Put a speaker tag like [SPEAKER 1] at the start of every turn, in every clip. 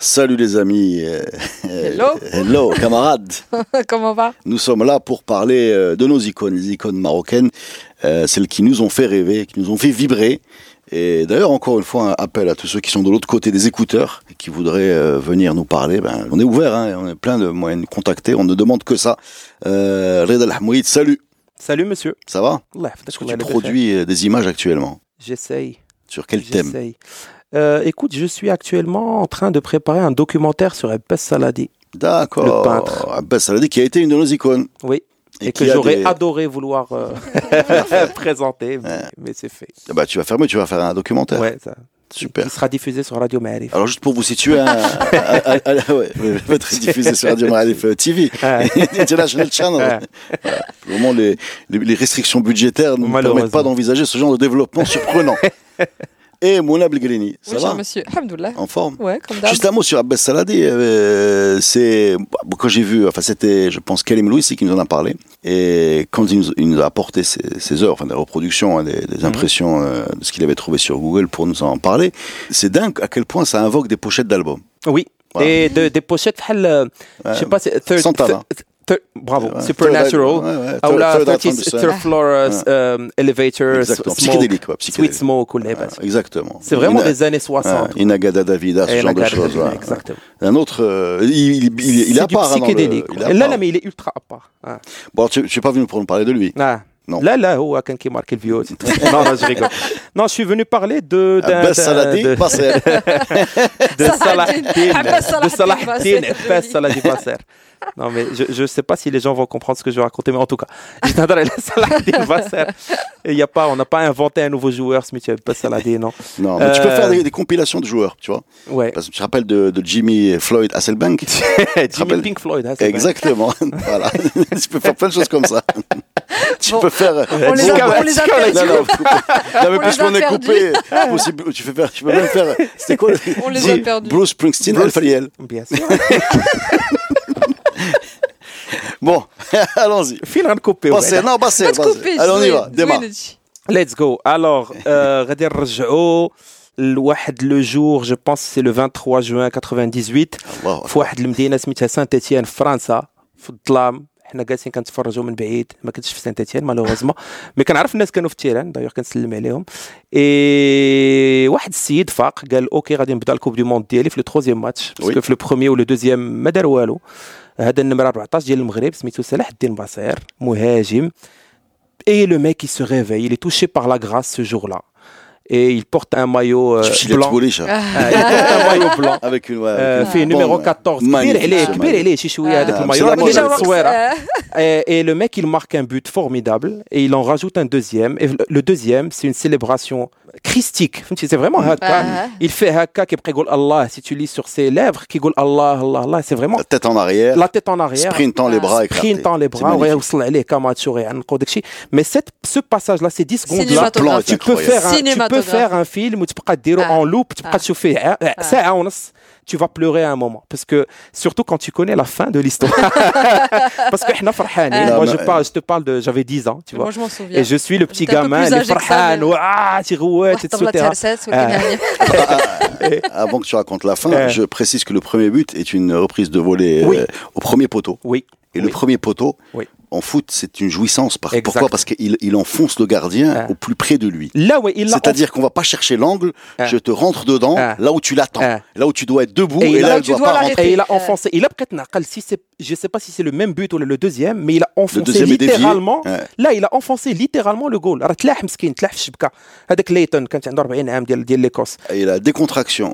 [SPEAKER 1] Salut les amis. euh,
[SPEAKER 2] Hello.
[SPEAKER 1] Hello camarades.
[SPEAKER 2] Comment va
[SPEAKER 1] Nous sommes là pour parler euh, de nos icônes, les icônes marocaines, euh, celles qui nous ont fait rêver, qui nous ont fait vibrer. Et d'ailleurs, encore une fois, un appel à tous ceux qui sont de l'autre côté des écouteurs et qui voudraient euh, venir nous parler. Ben, on est ouvert, hein, on est plein de moyens de nous contacter. On ne demande que ça. Euh, Reda Lahmouid, salut.
[SPEAKER 3] Salut monsieur.
[SPEAKER 1] Ça va
[SPEAKER 3] Allah yahfadek,
[SPEAKER 1] Est-ce que
[SPEAKER 3] Allah
[SPEAKER 1] tu
[SPEAKER 3] yahfadek.
[SPEAKER 1] produis euh, des images actuellement
[SPEAKER 3] J'essaye.
[SPEAKER 1] Sur quel thème
[SPEAKER 3] j'essaye. Euh, écoute, je suis actuellement en train de préparer un documentaire sur Abbas Saladi.
[SPEAKER 1] D'accord.
[SPEAKER 3] Le peintre.
[SPEAKER 1] Abbas Saladi qui a été une de nos icônes.
[SPEAKER 3] Oui. Et,
[SPEAKER 1] Et,
[SPEAKER 3] que
[SPEAKER 1] qui a
[SPEAKER 3] j'aurais
[SPEAKER 1] des-
[SPEAKER 3] adoré vouloir euh, présenter, mais, mais c'est fait.
[SPEAKER 1] Ah bah, tu vas fermer, tu vas faire un documentaire.
[SPEAKER 3] Ouais, ça.
[SPEAKER 1] Super.
[SPEAKER 3] Qui sera diffusé sur Radio Maarif.
[SPEAKER 1] Alors juste pour vous situer, hein, à- à- à- ouais, ouais, va être diffusé sur Radio E Maralif TV,
[SPEAKER 3] Ah,
[SPEAKER 1] International Channel. Voilà. Pour le moment, les, les- les restrictions budgétaires ne nous permettent pas
[SPEAKER 3] Malheureusement.
[SPEAKER 1] d'envisager ce genre de développement surprenant. Et Mouna Belgrini, ça
[SPEAKER 2] Oui,
[SPEAKER 1] va
[SPEAKER 2] cher monsieur. Alhamdoulilah.
[SPEAKER 1] En forme
[SPEAKER 2] Ouais, comme d'hab.
[SPEAKER 1] Juste un mot sur Abbas Saladi. euh, c'est bah, quand j'ai vu, enfin c'était, je pense, Kalim Louis qui nous en a parlé. Et quand il nous, il nous a apporté ses, ses œuvres, enfin des reproductions, hein, des,
[SPEAKER 3] Mhm.
[SPEAKER 1] des impressions euh, de ce qu'il avait trouvé sur Google pour nous en parler, c'est dingue à quel point ça invoque des pochettes d'albums.
[SPEAKER 3] oui.
[SPEAKER 1] Voilà.
[SPEAKER 3] Et de- des pochettes, bħal, euh, je sais pas, c'est third-
[SPEAKER 1] Santana.
[SPEAKER 3] third- third- bravo,
[SPEAKER 1] Ouais,
[SPEAKER 3] Supernatural.
[SPEAKER 1] third- ouais, ouais,
[SPEAKER 3] Ah, ou là,
[SPEAKER 1] third- third
[SPEAKER 3] 30
[SPEAKER 1] eye from the sun.
[SPEAKER 3] third floor euh, s- euh, elevator,
[SPEAKER 1] Exactement.
[SPEAKER 3] smoke,
[SPEAKER 1] Psychédélique, ouais,
[SPEAKER 3] sweet
[SPEAKER 1] psychédélique.
[SPEAKER 3] smoke, ou les
[SPEAKER 1] Voilà,
[SPEAKER 3] bêtes.
[SPEAKER 1] exactement.
[SPEAKER 3] C'est vraiment
[SPEAKER 1] Ina-
[SPEAKER 3] des années 60.
[SPEAKER 1] ouais, Inagada Davida, ce
[SPEAKER 3] Et
[SPEAKER 1] genre
[SPEAKER 3] la
[SPEAKER 1] de
[SPEAKER 3] carte,
[SPEAKER 1] choses. ouais.
[SPEAKER 3] Exactement.
[SPEAKER 1] Un autre, euh, il, il, il, il est
[SPEAKER 3] C'est
[SPEAKER 1] à
[SPEAKER 3] du
[SPEAKER 1] part. hein, dans le-
[SPEAKER 3] psychédélique.
[SPEAKER 1] il est à
[SPEAKER 3] là,
[SPEAKER 1] part.
[SPEAKER 3] là, mais il est ultra à part. Ah.
[SPEAKER 1] Bon, tu tu es pas venu pour nous parler de lui.
[SPEAKER 3] Ah.
[SPEAKER 1] Non.
[SPEAKER 3] Là, là, oh, quelqu'un qui marque le vieux. c'est tout. non, non, je rigole. Non, je suis venu parler de. d'un- d'un-
[SPEAKER 1] Abbas Saladi,
[SPEAKER 3] de-
[SPEAKER 1] Basel.
[SPEAKER 3] de Salahdin.
[SPEAKER 2] Abbas
[SPEAKER 3] De
[SPEAKER 2] Salahdin Basser,
[SPEAKER 3] Salahdin. Abbas
[SPEAKER 2] joli.
[SPEAKER 3] Salahdin Basser. Non, mais je ne sais pas si les gens vont comprendre ce que je vais raconter, mais en tout cas, je t'adore, la Salahdin Basser. Et y a pas, on n'a pas inventé un nouveau joueur, ce métier Abbas Salahdin, non.
[SPEAKER 1] Non, mais tu peux
[SPEAKER 3] Euh,
[SPEAKER 1] faire des, des compilations de joueurs, tu vois.
[SPEAKER 3] Ouais.
[SPEAKER 1] Parce que tu te rappelles de, de Jimmy Floyd Hasselbank rappelles-
[SPEAKER 3] Jimmy Pink Floyd. hein, c'est
[SPEAKER 1] Exactement. voilà. tu peux faire plein de choses comme ça. tu
[SPEAKER 2] Bon.
[SPEAKER 1] peux faire. euh,
[SPEAKER 2] On les a- on les a perdus.
[SPEAKER 1] Non, non, coupé.
[SPEAKER 3] hein.
[SPEAKER 1] non, mais
[SPEAKER 2] On
[SPEAKER 1] puisqu'on
[SPEAKER 2] les
[SPEAKER 1] est
[SPEAKER 2] a
[SPEAKER 1] coupé, aussi, tu, fais faire, tu peux même faire. C'était quoi le-
[SPEAKER 2] On les a
[SPEAKER 1] Dis,
[SPEAKER 2] perdus.
[SPEAKER 1] Bruce Springsteen,
[SPEAKER 3] Bruce.
[SPEAKER 1] Al Fariel.
[SPEAKER 3] vrai. Bien sûr.
[SPEAKER 1] Bon, allons-y.
[SPEAKER 3] Fil à couper.
[SPEAKER 1] Passez, non, passez.
[SPEAKER 2] Pas de
[SPEAKER 1] passez.
[SPEAKER 2] coupé,
[SPEAKER 1] Allez, on y
[SPEAKER 2] Zouine.
[SPEAKER 1] va. Démarre.
[SPEAKER 2] Zouine, tu-
[SPEAKER 3] Let's go. Alors, euh, غادي نرجعوا لواحد le jour, je pense que c'est le 23 juin 98
[SPEAKER 1] Allahu
[SPEAKER 3] في واحد المدينه سميتها سانت اتيان في فرنسا في الظلام حنا جالسين كنتفرجوا من بعيد ما كنتش في سانت اتيان مالوغوزمون مي كنعرف الناس كانوا في التيران دايوغ كنسلم عليهم اي واحد السيد فاق قال اوكي غادي نبدا الكوب دو موند ديالي في لو تروزيام ماتش باسكو في لو بروميي ولو دوزيام ما دار والو هذا النمره 14 ديال المغرب سميتو صلاح الدين بصير مهاجم Et le mec, il se réveille, il est touché par la grâce ce jour-là. Et il porte un maillot euh,
[SPEAKER 1] Tu files les
[SPEAKER 3] blanc.
[SPEAKER 1] troulés, chat.
[SPEAKER 3] Ah, il porte un maillot blanc.
[SPEAKER 1] Avec une. ouais,
[SPEAKER 3] Euh,
[SPEAKER 1] avec
[SPEAKER 3] fait
[SPEAKER 1] une
[SPEAKER 3] numéro
[SPEAKER 1] bombe.
[SPEAKER 3] 14.
[SPEAKER 1] Magnifique,
[SPEAKER 3] كبير عليه
[SPEAKER 1] ce
[SPEAKER 3] كبير
[SPEAKER 1] maillot.
[SPEAKER 3] عليه شي شويه هذاك
[SPEAKER 1] Ah,
[SPEAKER 3] المايو
[SPEAKER 1] c'est la
[SPEAKER 3] راك
[SPEAKER 1] mode.
[SPEAKER 3] ديجا
[SPEAKER 1] C'est la
[SPEAKER 3] صويره
[SPEAKER 1] hein.
[SPEAKER 3] et, et le mec, il marque un but formidable et il en rajoute un deuxième. Et le- le deuxième, c'est une célébration christique. Fhimti, C'est vraiment haka.
[SPEAKER 2] Ah.
[SPEAKER 3] Il fait haka qui après goal Allah. Si tu lis sur ses lèvres, qui goal Allah, Allah, Allah, c'est vraiment
[SPEAKER 1] La tête en arrière,
[SPEAKER 3] la tête en arrière.
[SPEAKER 1] sprintant
[SPEAKER 2] Ah,
[SPEAKER 1] les bras écartés.
[SPEAKER 3] sprintant les bras,
[SPEAKER 1] magnifique.
[SPEAKER 3] ouais, وصل عليه كاماتشو غيعنقو داكشي. Mais cette, ce passage-là, ces 10 secondes-là,
[SPEAKER 1] Le plan
[SPEAKER 2] Cinématographe.
[SPEAKER 1] est
[SPEAKER 3] tu
[SPEAKER 1] incroyable.
[SPEAKER 3] peux faire un, tu peux
[SPEAKER 2] Cinématographe.
[SPEAKER 3] faire un film où tu peux dire
[SPEAKER 2] Ah.
[SPEAKER 3] en loop, tu peux
[SPEAKER 2] Ah.
[SPEAKER 3] chauffer Eh, ça tu vas pleurer à un moment parce que surtout quand tu connais la fin de l'histoire parce que حنا فرحانين.
[SPEAKER 1] Ah.
[SPEAKER 3] moi
[SPEAKER 1] Non,
[SPEAKER 3] je
[SPEAKER 1] mais-
[SPEAKER 3] parle je te parle de j'avais 10 ans tu vois
[SPEAKER 2] Moi, je m'en souviens.
[SPEAKER 3] et je suis le petit
[SPEAKER 2] J'étais un peu
[SPEAKER 3] gamin
[SPEAKER 2] plus
[SPEAKER 3] les
[SPEAKER 2] âgé que ça,
[SPEAKER 3] فرحان
[SPEAKER 2] mais-
[SPEAKER 3] ouah, تيغوات
[SPEAKER 2] Ouah, طبلة
[SPEAKER 3] etc
[SPEAKER 2] هرسات
[SPEAKER 3] آه.
[SPEAKER 2] وكان يعني.
[SPEAKER 1] Ah, Avant que tu racontes la fin,
[SPEAKER 3] Euh.
[SPEAKER 1] je précise que le premier but est une reprise de volée
[SPEAKER 3] Oui.
[SPEAKER 1] euh, au premier poteau.
[SPEAKER 3] oui
[SPEAKER 1] Et le
[SPEAKER 3] oui.
[SPEAKER 1] premier poteau,
[SPEAKER 3] Oui.
[SPEAKER 1] en foot, c'est une jouissance. Par-
[SPEAKER 3] Exact.
[SPEAKER 1] Pourquoi Parce qu'il il enfonce le gardien
[SPEAKER 3] Ah.
[SPEAKER 1] au plus près de lui.
[SPEAKER 3] là ouais il l'a
[SPEAKER 1] C'est-à-dire qu'on va pas chercher l'angle,
[SPEAKER 3] Ah.
[SPEAKER 1] je te rentre dedans,
[SPEAKER 3] Ah.
[SPEAKER 1] là où tu l'attends,
[SPEAKER 3] Ah.
[SPEAKER 1] là où tu dois être debout,
[SPEAKER 3] Et
[SPEAKER 1] et,
[SPEAKER 3] là
[SPEAKER 1] là,
[SPEAKER 3] où
[SPEAKER 1] elle
[SPEAKER 2] tu
[SPEAKER 1] doit
[SPEAKER 2] dois
[SPEAKER 1] pas
[SPEAKER 2] l'arrêter.
[SPEAKER 1] rentrer.
[SPEAKER 3] et il a
[SPEAKER 2] Euh.
[SPEAKER 3] enfoncé il a peut-être نعقل si c'est je sais pas si c'est le même but ou le deuxième mais il a
[SPEAKER 1] Le
[SPEAKER 3] enfoncé
[SPEAKER 1] deuxième est dévié. Ah.
[SPEAKER 3] littéralement
[SPEAKER 1] Ouais.
[SPEAKER 3] لا الى اونفونسي ليتيرالمون لو جول راه تلاح مسكين تلاح في الشبكه هذاك ليتون كانت عنده 40 عام ديال ديال ليكوس
[SPEAKER 1] Et la décontraction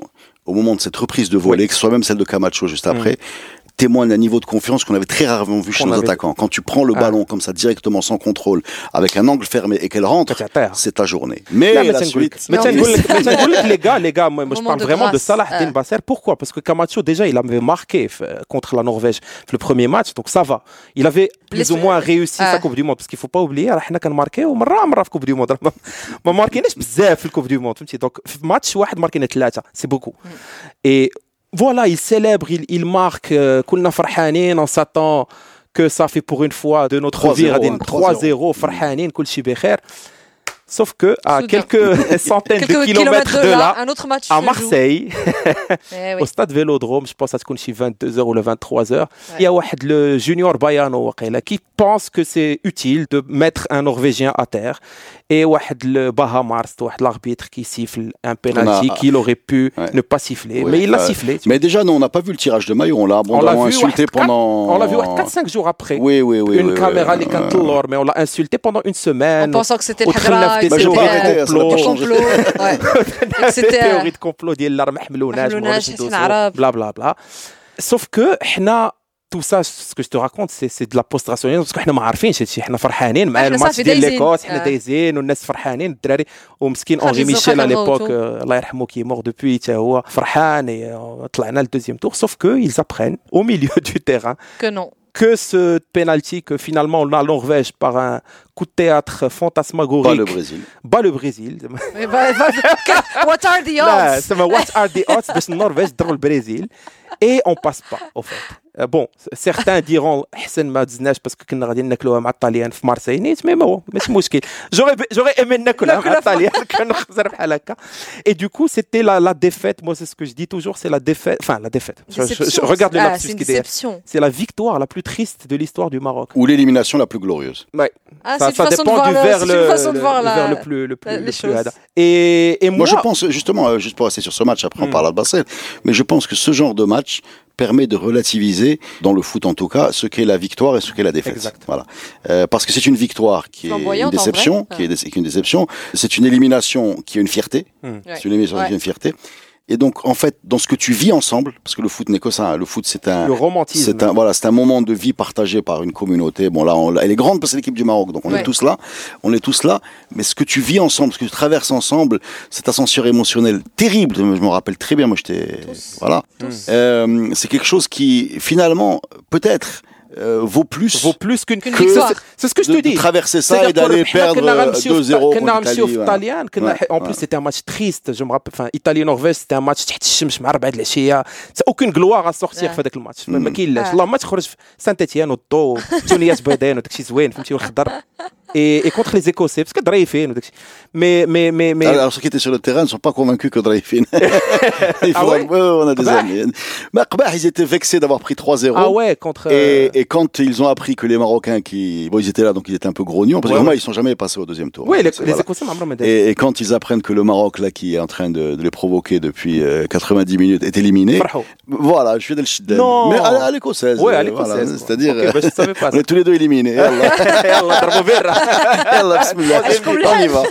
[SPEAKER 1] au moment de cette reprise de volée, que ce soit même celle de Camacho juste après, témoigne d'un niveau de confiance qu'on avait très rarement vu chez
[SPEAKER 3] Mm. Qu'on
[SPEAKER 1] nos
[SPEAKER 3] avait-
[SPEAKER 1] attaquants. Quand tu prends le
[SPEAKER 3] Ah.
[SPEAKER 1] ballon comme ça directement sans contrôle, avec un angle fermé et qu'elle rentre,
[SPEAKER 3] كتعطيها
[SPEAKER 1] c'est ta journée. Mais
[SPEAKER 3] لا ما
[SPEAKER 1] la
[SPEAKER 3] تنقولك
[SPEAKER 1] suite,
[SPEAKER 3] ما
[SPEAKER 2] Non, mais
[SPEAKER 3] تنقولك ما تنقولك لي غا لي غا moi je
[SPEAKER 2] Moment
[SPEAKER 3] parle
[SPEAKER 2] de
[SPEAKER 3] vraiment de
[SPEAKER 2] grâce.
[SPEAKER 3] Salah Din
[SPEAKER 2] Ah.
[SPEAKER 3] Basser pourquoi parce que Camacho déjà il avait marqué euh, contre la Norvège le premier match donc ça va il avait plus
[SPEAKER 2] Les-
[SPEAKER 3] ou moins réussi
[SPEAKER 2] Ah.
[SPEAKER 3] sa Coupe du Monde parce qu'il faut pas oublier راه حنا كنماركيو مره مره في كوب دي موند راه ما- ما ماركيناش بزاف في الكوب دي موند فهمتي دونك في ماتش واحد ماركينا ثلاثه سي بوكو
[SPEAKER 2] Mm.
[SPEAKER 3] et voilà, il célèbre, il, il marque. euh, Kulna Farhanin, on s'attend que ça fait pour une fois de notre
[SPEAKER 1] 3-0,
[SPEAKER 3] vie. Radin,
[SPEAKER 1] hein,
[SPEAKER 3] 3-0, Farhanin, Kulchi Becher. Sauf que à
[SPEAKER 2] Soudain.
[SPEAKER 3] quelques centaines de
[SPEAKER 2] Quelques
[SPEAKER 3] kilomètres de là,
[SPEAKER 2] un autre match
[SPEAKER 3] à
[SPEAKER 2] se joue.
[SPEAKER 3] Marseille,
[SPEAKER 2] Eh oui.
[SPEAKER 3] au stade Vélodrome, je pense à ce qu'on 22h ou le 23h, il y a
[SPEAKER 2] Ouais.
[SPEAKER 3] Wahed, le junior Bayano Waqila, qui pense que c'est utile de mettre un Norvégien à terre. Et Wahed, le Bahamars, Wahed, l'arbitre qui siffle un penalty
[SPEAKER 1] On a-
[SPEAKER 3] qu'il aurait pu
[SPEAKER 1] Ah. Ouais.
[SPEAKER 3] ne pas siffler.
[SPEAKER 1] Oui,
[SPEAKER 3] mais il l'a
[SPEAKER 1] euh,
[SPEAKER 3] sifflé. tu
[SPEAKER 1] mais déjà, non, on n'a pas vu le tirage de maillot, on l'a abondamment
[SPEAKER 3] vu,
[SPEAKER 1] insulté
[SPEAKER 3] ouais,
[SPEAKER 1] pendant.
[SPEAKER 3] On l'a vu 4-5 jours après.
[SPEAKER 1] Oui, oui, oui.
[SPEAKER 3] une
[SPEAKER 1] oui,
[SPEAKER 3] caméra,
[SPEAKER 1] oui,
[SPEAKER 3] les
[SPEAKER 1] euh,
[SPEAKER 3] cantelors, mais on l'a insulté pendant une
[SPEAKER 2] En
[SPEAKER 3] semaine.
[SPEAKER 2] pensant que c'était le
[SPEAKER 3] وتخلف
[SPEAKER 2] Hadra,
[SPEAKER 3] دي
[SPEAKER 2] que
[SPEAKER 1] Bah, je vais
[SPEAKER 3] C'était
[SPEAKER 1] pas
[SPEAKER 3] un
[SPEAKER 1] arrêter, ça
[SPEAKER 2] c'était
[SPEAKER 1] n'a pas
[SPEAKER 3] complot.
[SPEAKER 2] un
[SPEAKER 1] changé.
[SPEAKER 2] complot. Ouais.
[SPEAKER 3] Des
[SPEAKER 2] c'était-
[SPEAKER 3] théories de complot ديال الرمح ملوناش
[SPEAKER 2] ملوناش،
[SPEAKER 3] مغربي
[SPEAKER 2] حسين
[SPEAKER 3] دوزو،
[SPEAKER 2] عرب.
[SPEAKER 3] bla bla bla. Sauf que حنا tout ça ce que je te raconte c'est c'est de la post rationnelle parce que حنا ما عارفينش هادشي حنا فرحانين مع
[SPEAKER 2] إحنا
[SPEAKER 3] الماتش
[SPEAKER 2] صافي
[SPEAKER 3] ديال
[SPEAKER 2] دايزين.
[SPEAKER 3] ليكوس حنا
[SPEAKER 2] آه.
[SPEAKER 3] دايزين والناس فرحانين الدراري ومسكين
[SPEAKER 2] خرج
[SPEAKER 3] اونجي
[SPEAKER 2] الزوق
[SPEAKER 3] ميشيل على
[SPEAKER 2] على
[SPEAKER 3] ليبوك
[SPEAKER 2] موتو.
[SPEAKER 3] الله يرحمه كي مور دوبوي حتى هو فرحان إي، آه، طلعنا للدوزيام تور سوف كو ils apprennent au milieu du terrain
[SPEAKER 2] Que non.
[SPEAKER 3] que ce penalty que finalement on a Norvège par un coup de théâtre
[SPEAKER 1] Pas le
[SPEAKER 3] fantasmagorique
[SPEAKER 1] Brésil.
[SPEAKER 3] bat le Brésil.
[SPEAKER 2] Mais bah, bah, que- What are the
[SPEAKER 3] Là,
[SPEAKER 2] odds
[SPEAKER 3] ça va, what are the odds باش النرويج ضرب البرازيل et on passe pas au fait. Euh, Bon, certains diront eh, حسن ما دزناش باسكو كنا غادي ناكلوها مع الطليان في مارسيل نيت مي ما هو ماشي مشكل جوري جوري ايمي ناكلها مع
[SPEAKER 2] ناكلها في-
[SPEAKER 3] الطليان كنخسر بحال هكا et du coup c'était la la défaite moi c'est ce que je dis toujours c'est la défaite enfin la défaite Je- je- je-
[SPEAKER 2] Déception.
[SPEAKER 3] regarde le
[SPEAKER 2] Ah,
[SPEAKER 3] lapsus
[SPEAKER 2] C'est une
[SPEAKER 3] qui est derrière.
[SPEAKER 2] déception.
[SPEAKER 3] c'est la victoire la plus triste de l'histoire du Maroc
[SPEAKER 1] Ou l'élimination la plus glorieuse.
[SPEAKER 2] Ah,
[SPEAKER 3] ça,
[SPEAKER 2] c'est une
[SPEAKER 3] ça
[SPEAKER 2] façon de
[SPEAKER 3] dépend
[SPEAKER 2] voir
[SPEAKER 3] du
[SPEAKER 2] le-
[SPEAKER 3] verre
[SPEAKER 2] c'est
[SPEAKER 3] le,
[SPEAKER 2] une façon de
[SPEAKER 3] le-
[SPEAKER 2] voir
[SPEAKER 3] le verre le
[SPEAKER 2] la.
[SPEAKER 3] plus le plus,
[SPEAKER 2] la-
[SPEAKER 3] le
[SPEAKER 2] les
[SPEAKER 3] plus
[SPEAKER 2] choses.
[SPEAKER 3] hada. Et, et moi,
[SPEAKER 1] Moi, je pense, justement, euh, juste pour rester sur ce match, après on
[SPEAKER 3] Mm.
[SPEAKER 1] parlera de Basel, mais je pense que ce genre de match permet de relativiser, dans le foot en tout cas, ce qu'est la victoire et ce qu'est la défaite.
[SPEAKER 3] Exact.
[SPEAKER 1] Voilà. Euh, parce que c'est une victoire qui est une
[SPEAKER 2] Flamboyante, en
[SPEAKER 1] déception,
[SPEAKER 2] vrai.
[SPEAKER 1] qui est, dé- qui est une déception, c'est une élimination qui est une fierté,
[SPEAKER 3] Mm.
[SPEAKER 1] c'est une élimination qui est
[SPEAKER 2] Ouais.
[SPEAKER 1] une fierté. Et donc, en fait, dans ce que tu vis ensemble, parce que le foot n'est que ça, hein, le foot c'est un,
[SPEAKER 3] le romantisme.
[SPEAKER 1] c'est un voilà, c'est un moment de vie partagé par une communauté. Bon là, on l'a- elle est grande parce que c'est l'équipe du Maroc, donc on est
[SPEAKER 2] Ouais.
[SPEAKER 1] tous là, on est tous là. Mais ce que tu vis ensemble, ce que tu traverses ensemble, cette ascenseur émotionnelle terrible, je me rappelle très bien, moi j'étais
[SPEAKER 2] Tous.
[SPEAKER 1] voilà,
[SPEAKER 2] Tous.
[SPEAKER 1] Euh, c'est quelque chose qui finalement peut-être euh, vaut plus.
[SPEAKER 3] Vaut plus qu'une
[SPEAKER 2] Qu'une
[SPEAKER 3] que-
[SPEAKER 2] victoire.
[SPEAKER 3] c'est- C'est ce que je
[SPEAKER 1] de,
[SPEAKER 3] te
[SPEAKER 1] de
[SPEAKER 3] dis.
[SPEAKER 1] traverser ça
[SPEAKER 3] C'est-à-dire
[SPEAKER 1] et d'aller
[SPEAKER 3] qu'on- حنا
[SPEAKER 1] perdre
[SPEAKER 3] كنا غنمشيو في
[SPEAKER 1] 2-0
[SPEAKER 3] كنا
[SPEAKER 1] contre
[SPEAKER 3] غنمشيو في
[SPEAKER 1] l'Italie. ouais.
[SPEAKER 3] الطاليان كنا
[SPEAKER 1] Ouais,
[SPEAKER 3] en
[SPEAKER 1] ouais.
[SPEAKER 3] plus c'était un match triste je me rappelle enfin ايطاليا نورفيج c'était un match تحت الشمس مع 4 د العشيه اوكين جلوار سورتير
[SPEAKER 2] Ouais.
[SPEAKER 3] في هذاك الماتش ما ما
[SPEAKER 1] Mm.
[SPEAKER 3] كاينلاش
[SPEAKER 2] Ouais.
[SPEAKER 3] والله ما تخرج في سان تيتيان والضو تونيات بيضاين وداك الشيء زوين فهمتي والخضر اي اي كونتر لي زيكوسي باسكو ضريفين وداك الشيء مي مي مي مي
[SPEAKER 1] Alors, ceux qui étaient sur le terrain ne sont pas convaincus que Dreyfin. Il
[SPEAKER 3] Ah
[SPEAKER 1] faut-
[SPEAKER 3] ouais
[SPEAKER 1] Ouais, ouais, on a des
[SPEAKER 3] Bah. Ah
[SPEAKER 1] amis. Mais Akbah, ils étaient vexés d'avoir pris 3-0.
[SPEAKER 3] اه وي كونتر
[SPEAKER 1] ah, Et, et quand ils ont appris que les Marocains qui, bon, ils étaient là, donc ils étaient un peu grognons, parce que
[SPEAKER 3] Ouais,
[SPEAKER 1] moi,
[SPEAKER 3] ouais.
[SPEAKER 1] ils sont jamais passés au deuxième tour. hein.
[SPEAKER 3] وي
[SPEAKER 1] Voilà.
[SPEAKER 3] لي زيكوسي ما عمرهم ما داروا
[SPEAKER 1] Et, et quand ils apprennent que le Maroc, là, qui est en train de, de les provoquer depuis euh, 90 minutes, est éliminé,
[SPEAKER 3] فرحوا
[SPEAKER 1] voilà, je suis del Shidden.
[SPEAKER 3] Non.
[SPEAKER 1] Mais à, à l'écossaise.
[SPEAKER 3] Ouais, à
[SPEAKER 1] euh,
[SPEAKER 3] l'écossaise,
[SPEAKER 1] voilà,
[SPEAKER 3] quoi.
[SPEAKER 1] C'est-à-dire, euh,
[SPEAKER 3] Ok, bah, je savais pas
[SPEAKER 1] on
[SPEAKER 3] ça.
[SPEAKER 1] est tous les deux éliminés. Yallah.
[SPEAKER 3] يلا ضربوا بيرة
[SPEAKER 1] Yallah, bismillah.
[SPEAKER 2] Ah, je comprends.
[SPEAKER 1] On y va.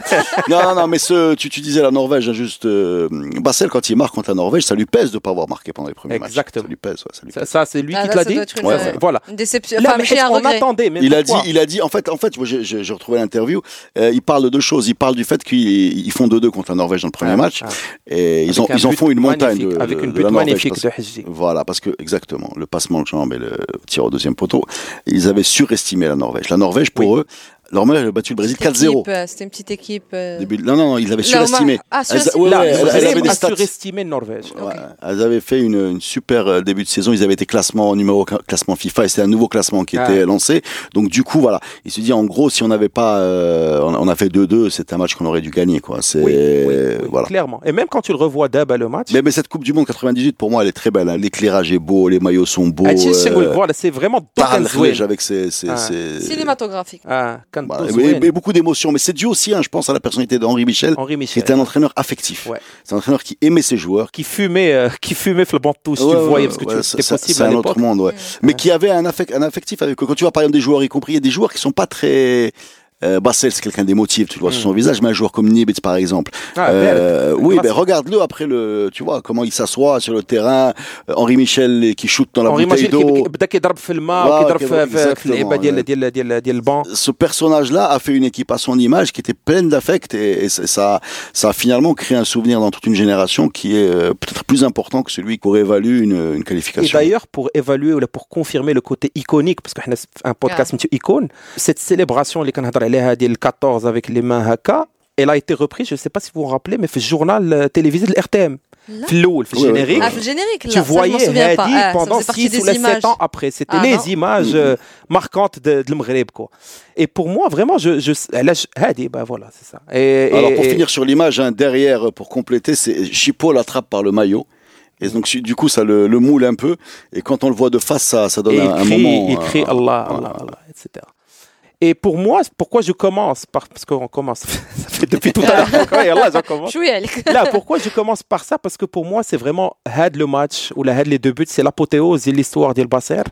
[SPEAKER 1] Non, non, non, mais ce, tu, tu disais la Norvège, hein, juste, euh, Bassel, quand il marque contre la Norvège, ça lui pèse de pas avoir marqué pendant les premiers
[SPEAKER 3] Exactement.
[SPEAKER 1] matchs. Ça lui pèse, ouais, ça lui pèse.
[SPEAKER 3] Ça- ça c'est lui
[SPEAKER 2] Ah,
[SPEAKER 3] qui
[SPEAKER 2] là,
[SPEAKER 3] te l'a
[SPEAKER 2] ça doit
[SPEAKER 3] dit
[SPEAKER 2] être une-
[SPEAKER 1] Ouais, ouais.
[SPEAKER 3] voilà
[SPEAKER 2] Une déception.
[SPEAKER 3] Là,
[SPEAKER 2] Enfin,
[SPEAKER 3] mais
[SPEAKER 2] mais un
[SPEAKER 3] on
[SPEAKER 2] regret.
[SPEAKER 3] attendait mais
[SPEAKER 1] Il a dit,
[SPEAKER 3] pourquoi
[SPEAKER 1] il a dit, en fait, en fait, moi, j'ai- j'ai j'ai retrouvé l'interview. euh, il parle de deux choses. Il parle du fait qu'ils ils font 2-2 contre la Norvège dans le premier
[SPEAKER 3] Ah,
[SPEAKER 1] match,
[SPEAKER 3] ah.
[SPEAKER 1] et ils, ont,
[SPEAKER 3] Avec un
[SPEAKER 1] ils en
[SPEAKER 3] but
[SPEAKER 1] font une montagne
[SPEAKER 3] magnifique,
[SPEAKER 1] de,
[SPEAKER 3] avec
[SPEAKER 1] de-
[SPEAKER 3] une
[SPEAKER 1] de
[SPEAKER 3] butte
[SPEAKER 1] la Norvège.
[SPEAKER 3] magnifique
[SPEAKER 1] parce-
[SPEAKER 3] de Hiji.
[SPEAKER 1] voilà, parce que exactement, le passement de jambe et le tir au deuxième poteau, ils avaient surestimé la Norvège. La Norvège, pour eux, la Norvège a battu le Brésil
[SPEAKER 2] Petite
[SPEAKER 1] 4-0.
[SPEAKER 2] équipe, euh, C'était une petite équipe. euh,
[SPEAKER 1] Début de- Non, non, non, ils l'avaient
[SPEAKER 2] Là, Omar-
[SPEAKER 1] surestimé.
[SPEAKER 2] Ah,
[SPEAKER 1] Elles-
[SPEAKER 2] surestimé.
[SPEAKER 1] ouais,
[SPEAKER 3] Là,
[SPEAKER 1] ouais,
[SPEAKER 3] ils
[SPEAKER 1] elle-
[SPEAKER 3] ont
[SPEAKER 1] elle avait
[SPEAKER 3] vraiment
[SPEAKER 1] des stats.
[SPEAKER 3] surestimé Norvège.
[SPEAKER 2] Ok.
[SPEAKER 1] Ouais, Elles avaient fait une, une super euh, début de saison. Ils avaient été classement numéro classement FIFA et c'était un nouveau classement qui
[SPEAKER 3] Ah.
[SPEAKER 1] était lancé. Donc du coup voilà, il se dit en gros si on n'avait pas, euh, on on a fait 2-2, c'est un match qu'on aurait dû gagner quoi. C'est
[SPEAKER 3] Oui, oui, oui,
[SPEAKER 1] voilà.
[SPEAKER 3] clairement. Et même quand tu le revois d'abord le match,
[SPEAKER 1] Mais, mais cette Coupe du Monde 98 pour moi elle est très belle. hein. L'éclairage est beau, les maillots sont beaux.
[SPEAKER 3] هادشي الشيء
[SPEAKER 1] euh,
[SPEAKER 3] اللي نقول، Ah, c'est vraiment
[SPEAKER 1] Tahan
[SPEAKER 3] Dokken
[SPEAKER 1] Khrij
[SPEAKER 3] Zouin.
[SPEAKER 1] avec ses, ses-
[SPEAKER 3] Ah.
[SPEAKER 1] ses-
[SPEAKER 2] Cinématographique.
[SPEAKER 3] Ah, كان
[SPEAKER 1] Voilà,
[SPEAKER 3] Dokken
[SPEAKER 1] mais,
[SPEAKER 3] Zouin.
[SPEAKER 1] mais beaucoup d'émotions. Mais c'est dû aussi hein, je pense à la personnalité d'Henri Michel,
[SPEAKER 3] Henri
[SPEAKER 1] qui
[SPEAKER 3] Michel
[SPEAKER 1] était un entraîneur affectif.
[SPEAKER 3] Ouais.
[SPEAKER 1] C'est un entraîneur qui aimait ses joueurs.
[SPEAKER 3] qui fumait euh, qui fumait le banc de touche, tu
[SPEAKER 1] Ouais,
[SPEAKER 3] le voyais
[SPEAKER 1] ouais,
[SPEAKER 3] parce que
[SPEAKER 1] ouais,
[SPEAKER 3] tu-
[SPEAKER 1] ça-
[SPEAKER 3] c'était
[SPEAKER 1] ça-
[SPEAKER 3] possible
[SPEAKER 1] c'est
[SPEAKER 3] à
[SPEAKER 1] un
[SPEAKER 3] l'époque.
[SPEAKER 1] autre monde, ouais.
[SPEAKER 2] Mm.
[SPEAKER 1] Mais qui avait un, affect- un affectif avec eux. Quand tu vois par exemple des joueurs, y compris, il y a des joueurs qui sont pas très Euh, Bassel, c'est quelqu'un d'émotif, tu le vois sur son visage, mais un joueur comme Nibit, par exemple.
[SPEAKER 3] Hmm. Ah,
[SPEAKER 1] Euh,
[SPEAKER 3] Bert.
[SPEAKER 1] oui,
[SPEAKER 3] Grâce-
[SPEAKER 1] ben regarde-le après le, tu vois, comment il s'assoit sur le terrain. Euh, Henri Michel qui shoot dans la
[SPEAKER 3] اونغي
[SPEAKER 1] bouteille
[SPEAKER 3] ماشي كي-
[SPEAKER 1] d'eau.
[SPEAKER 3] كي- بدا كيضرب في الماء
[SPEAKER 1] واو،
[SPEAKER 3] وكيضرب
[SPEAKER 1] كيضرب
[SPEAKER 3] في- في- في اللعيبه
[SPEAKER 1] exactement,
[SPEAKER 3] ديال
[SPEAKER 1] ouais.
[SPEAKER 3] ديال ديال ديال البون
[SPEAKER 1] Ce personnage-là a fait une équipe à son image qui était pleine d'affect et, et ça- ça, ça a finalement créé un souvenir dans toute une génération qui est euh, peut-être plus important que celui qu'aurait valu une, une
[SPEAKER 3] Et
[SPEAKER 1] qualification.
[SPEAKER 3] d'ailleurs, pour évaluer ou là, pour confirmer le côté iconique, parce que nous sommes un podcast
[SPEAKER 2] Ah.
[SPEAKER 3] Monsieur Icône, cette célébration les le 14 avec les mains haka, elle a été reprise, je ne sais pas si vous vous rappelez, mais fait journal euh, télévisé de l'RTM.
[SPEAKER 2] Là
[SPEAKER 1] Oui,
[SPEAKER 3] Floul, le
[SPEAKER 1] oui.
[SPEAKER 3] générique.
[SPEAKER 2] Ah, في الجينيريك
[SPEAKER 3] Tu
[SPEAKER 2] لا ça, je m'en
[SPEAKER 3] voyais
[SPEAKER 2] souviens
[SPEAKER 3] Hadi
[SPEAKER 2] pas. Ah, ça
[SPEAKER 3] pendant
[SPEAKER 2] faisait partie
[SPEAKER 3] 6 ou
[SPEAKER 2] des
[SPEAKER 3] 7
[SPEAKER 2] images.
[SPEAKER 3] ans après. C'était
[SPEAKER 2] Ah,
[SPEAKER 3] les
[SPEAKER 2] non.
[SPEAKER 3] images
[SPEAKER 1] Mhm.
[SPEAKER 3] euh, marquantes de, de l'Mghreb, quoi. Et pour moi, vraiment, je, je, elle a- Hadi, bah voilà, c'est ça. Et,
[SPEAKER 1] Alors
[SPEAKER 3] et-
[SPEAKER 1] pour
[SPEAKER 3] et-
[SPEAKER 1] finir sur l'image, hein, derrière, euh, pour compléter, c'est Chippo l'attrape par le maillot. Et donc su- du coup, ça le, le moule un peu. Et quand on le voit de face, ça, ça donne
[SPEAKER 3] et il
[SPEAKER 1] un, un
[SPEAKER 3] crie,
[SPEAKER 1] moment.
[SPEAKER 3] il crie
[SPEAKER 1] euh,
[SPEAKER 3] Allah,
[SPEAKER 1] voilà.
[SPEAKER 3] Allah, Allah, etc. Et pour moi, pourquoi je commence par, Parce qu'on commence, ça fait depuis tout à l'heure, qu'on- et Allah, j'en commence.
[SPEAKER 2] شويه عليك
[SPEAKER 3] Là, pourquoi je commence par ça Parce que pour moi, c'est vraiment had le match, ou la had les deux buts, c'est l'apothéose de l'histoire d'El Basser.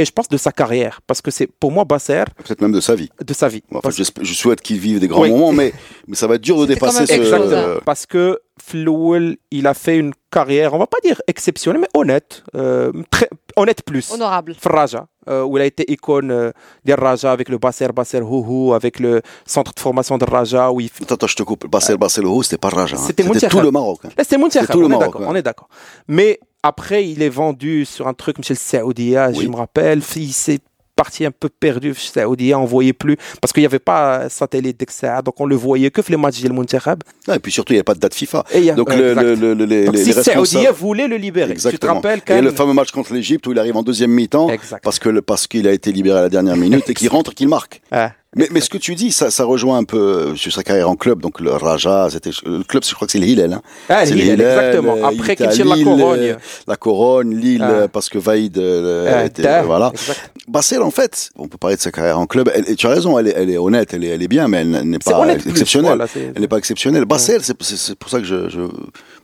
[SPEAKER 3] Et je pense de sa carrière, parce que c'est pour moi Basser,
[SPEAKER 1] Peut-être même de sa vie.
[SPEAKER 3] de sa vie.
[SPEAKER 1] Bon, enfin,
[SPEAKER 3] Parce-
[SPEAKER 1] j'esp- je souhaite qu'il vive des grands
[SPEAKER 3] Oui.
[SPEAKER 1] moments, mais, mais ça va être dur de
[SPEAKER 2] C'était quand
[SPEAKER 1] dépasser ce.
[SPEAKER 2] même quelque chose,
[SPEAKER 3] Exactement.
[SPEAKER 1] euh,
[SPEAKER 3] Parce que Floul, il a fait une carrière, on va pas dire exceptionnelle, mais honnête. euh, très, honnête plus.
[SPEAKER 2] honorable
[SPEAKER 3] في الرجاء آه، ولا يتي ايكون آه، ديال الرجاء افيك لو باسير باسير هو هو افيك لو سونتر دو فورماسيون ديال الرجاء وي
[SPEAKER 1] Attends, attends, je te coupe. Basel, Basel, Ho, c'était pas Raja. hein.
[SPEAKER 3] C'était Montiakhar.
[SPEAKER 1] tout le Maroc. hein.
[SPEAKER 3] لا سي
[SPEAKER 1] C'est
[SPEAKER 3] منتخب
[SPEAKER 1] tout le
[SPEAKER 3] on est
[SPEAKER 1] Maroc,
[SPEAKER 3] d'accord
[SPEAKER 1] ouais.
[SPEAKER 3] on est d'accord mais après il est vendu sur un truc مثل السعوديه
[SPEAKER 1] Oui.
[SPEAKER 3] je me rappelle il s'est parti un peu perdu في السعوديه on voyait plus parce qu'il y avait pas satellite ديك الساعه donc on le voyait que في les matchs ديال المنتخب
[SPEAKER 1] Ah, et puis surtout, il n'y a pas de date FIFA.
[SPEAKER 3] Et il y a-
[SPEAKER 1] Donc,
[SPEAKER 3] Ouais,
[SPEAKER 1] le,
[SPEAKER 3] exact.
[SPEAKER 1] le, le- le- les,
[SPEAKER 3] Donc,
[SPEAKER 1] les
[SPEAKER 3] si
[SPEAKER 1] responsables.
[SPEAKER 3] السعوديه voulait le libérer tu te
[SPEAKER 1] Exactement.
[SPEAKER 3] rappelles
[SPEAKER 1] Et le
[SPEAKER 3] كان
[SPEAKER 1] fameux match contre l'Égypte où il arrive en deuxième mi-temps
[SPEAKER 3] Exact.
[SPEAKER 1] parce que le- parce qu'il a été libéré à la dernière minute et qu'il rentre, qu'il marque.
[SPEAKER 3] Ah.
[SPEAKER 1] Mais, mais ce que tu dis, ça, ça rejoint un peu euh, sur sa carrière en club. Donc le Raja, c'était euh, le club, je crois que c'est le Hillel. hein.
[SPEAKER 3] Ah,
[SPEAKER 1] C'est
[SPEAKER 3] Lille,
[SPEAKER 1] le Hillel,
[SPEAKER 3] exactement
[SPEAKER 1] euh, il
[SPEAKER 3] après
[SPEAKER 1] était
[SPEAKER 3] qu'il
[SPEAKER 1] à
[SPEAKER 3] tire la
[SPEAKER 1] Lille, euh,
[SPEAKER 3] corogne
[SPEAKER 1] La Corogne, Lille,
[SPEAKER 3] Ah.
[SPEAKER 1] euh, parce que Vaïd euh,
[SPEAKER 3] Ah,
[SPEAKER 1] était- euh, voilà.
[SPEAKER 3] exact.
[SPEAKER 1] Bassel, en fait, on peut parler de sa carrière en club. Elle- et tu as raison, elle est, elle est honnête, elle est, elle est bien, mais elle n'est
[SPEAKER 3] c'est
[SPEAKER 1] pas
[SPEAKER 3] honnête plus,
[SPEAKER 1] exceptionnelle.
[SPEAKER 3] voilà, c'est-
[SPEAKER 1] Elle n'est pas exceptionnelle. Bassel, c'est- c'est c'est pour ça que je, je-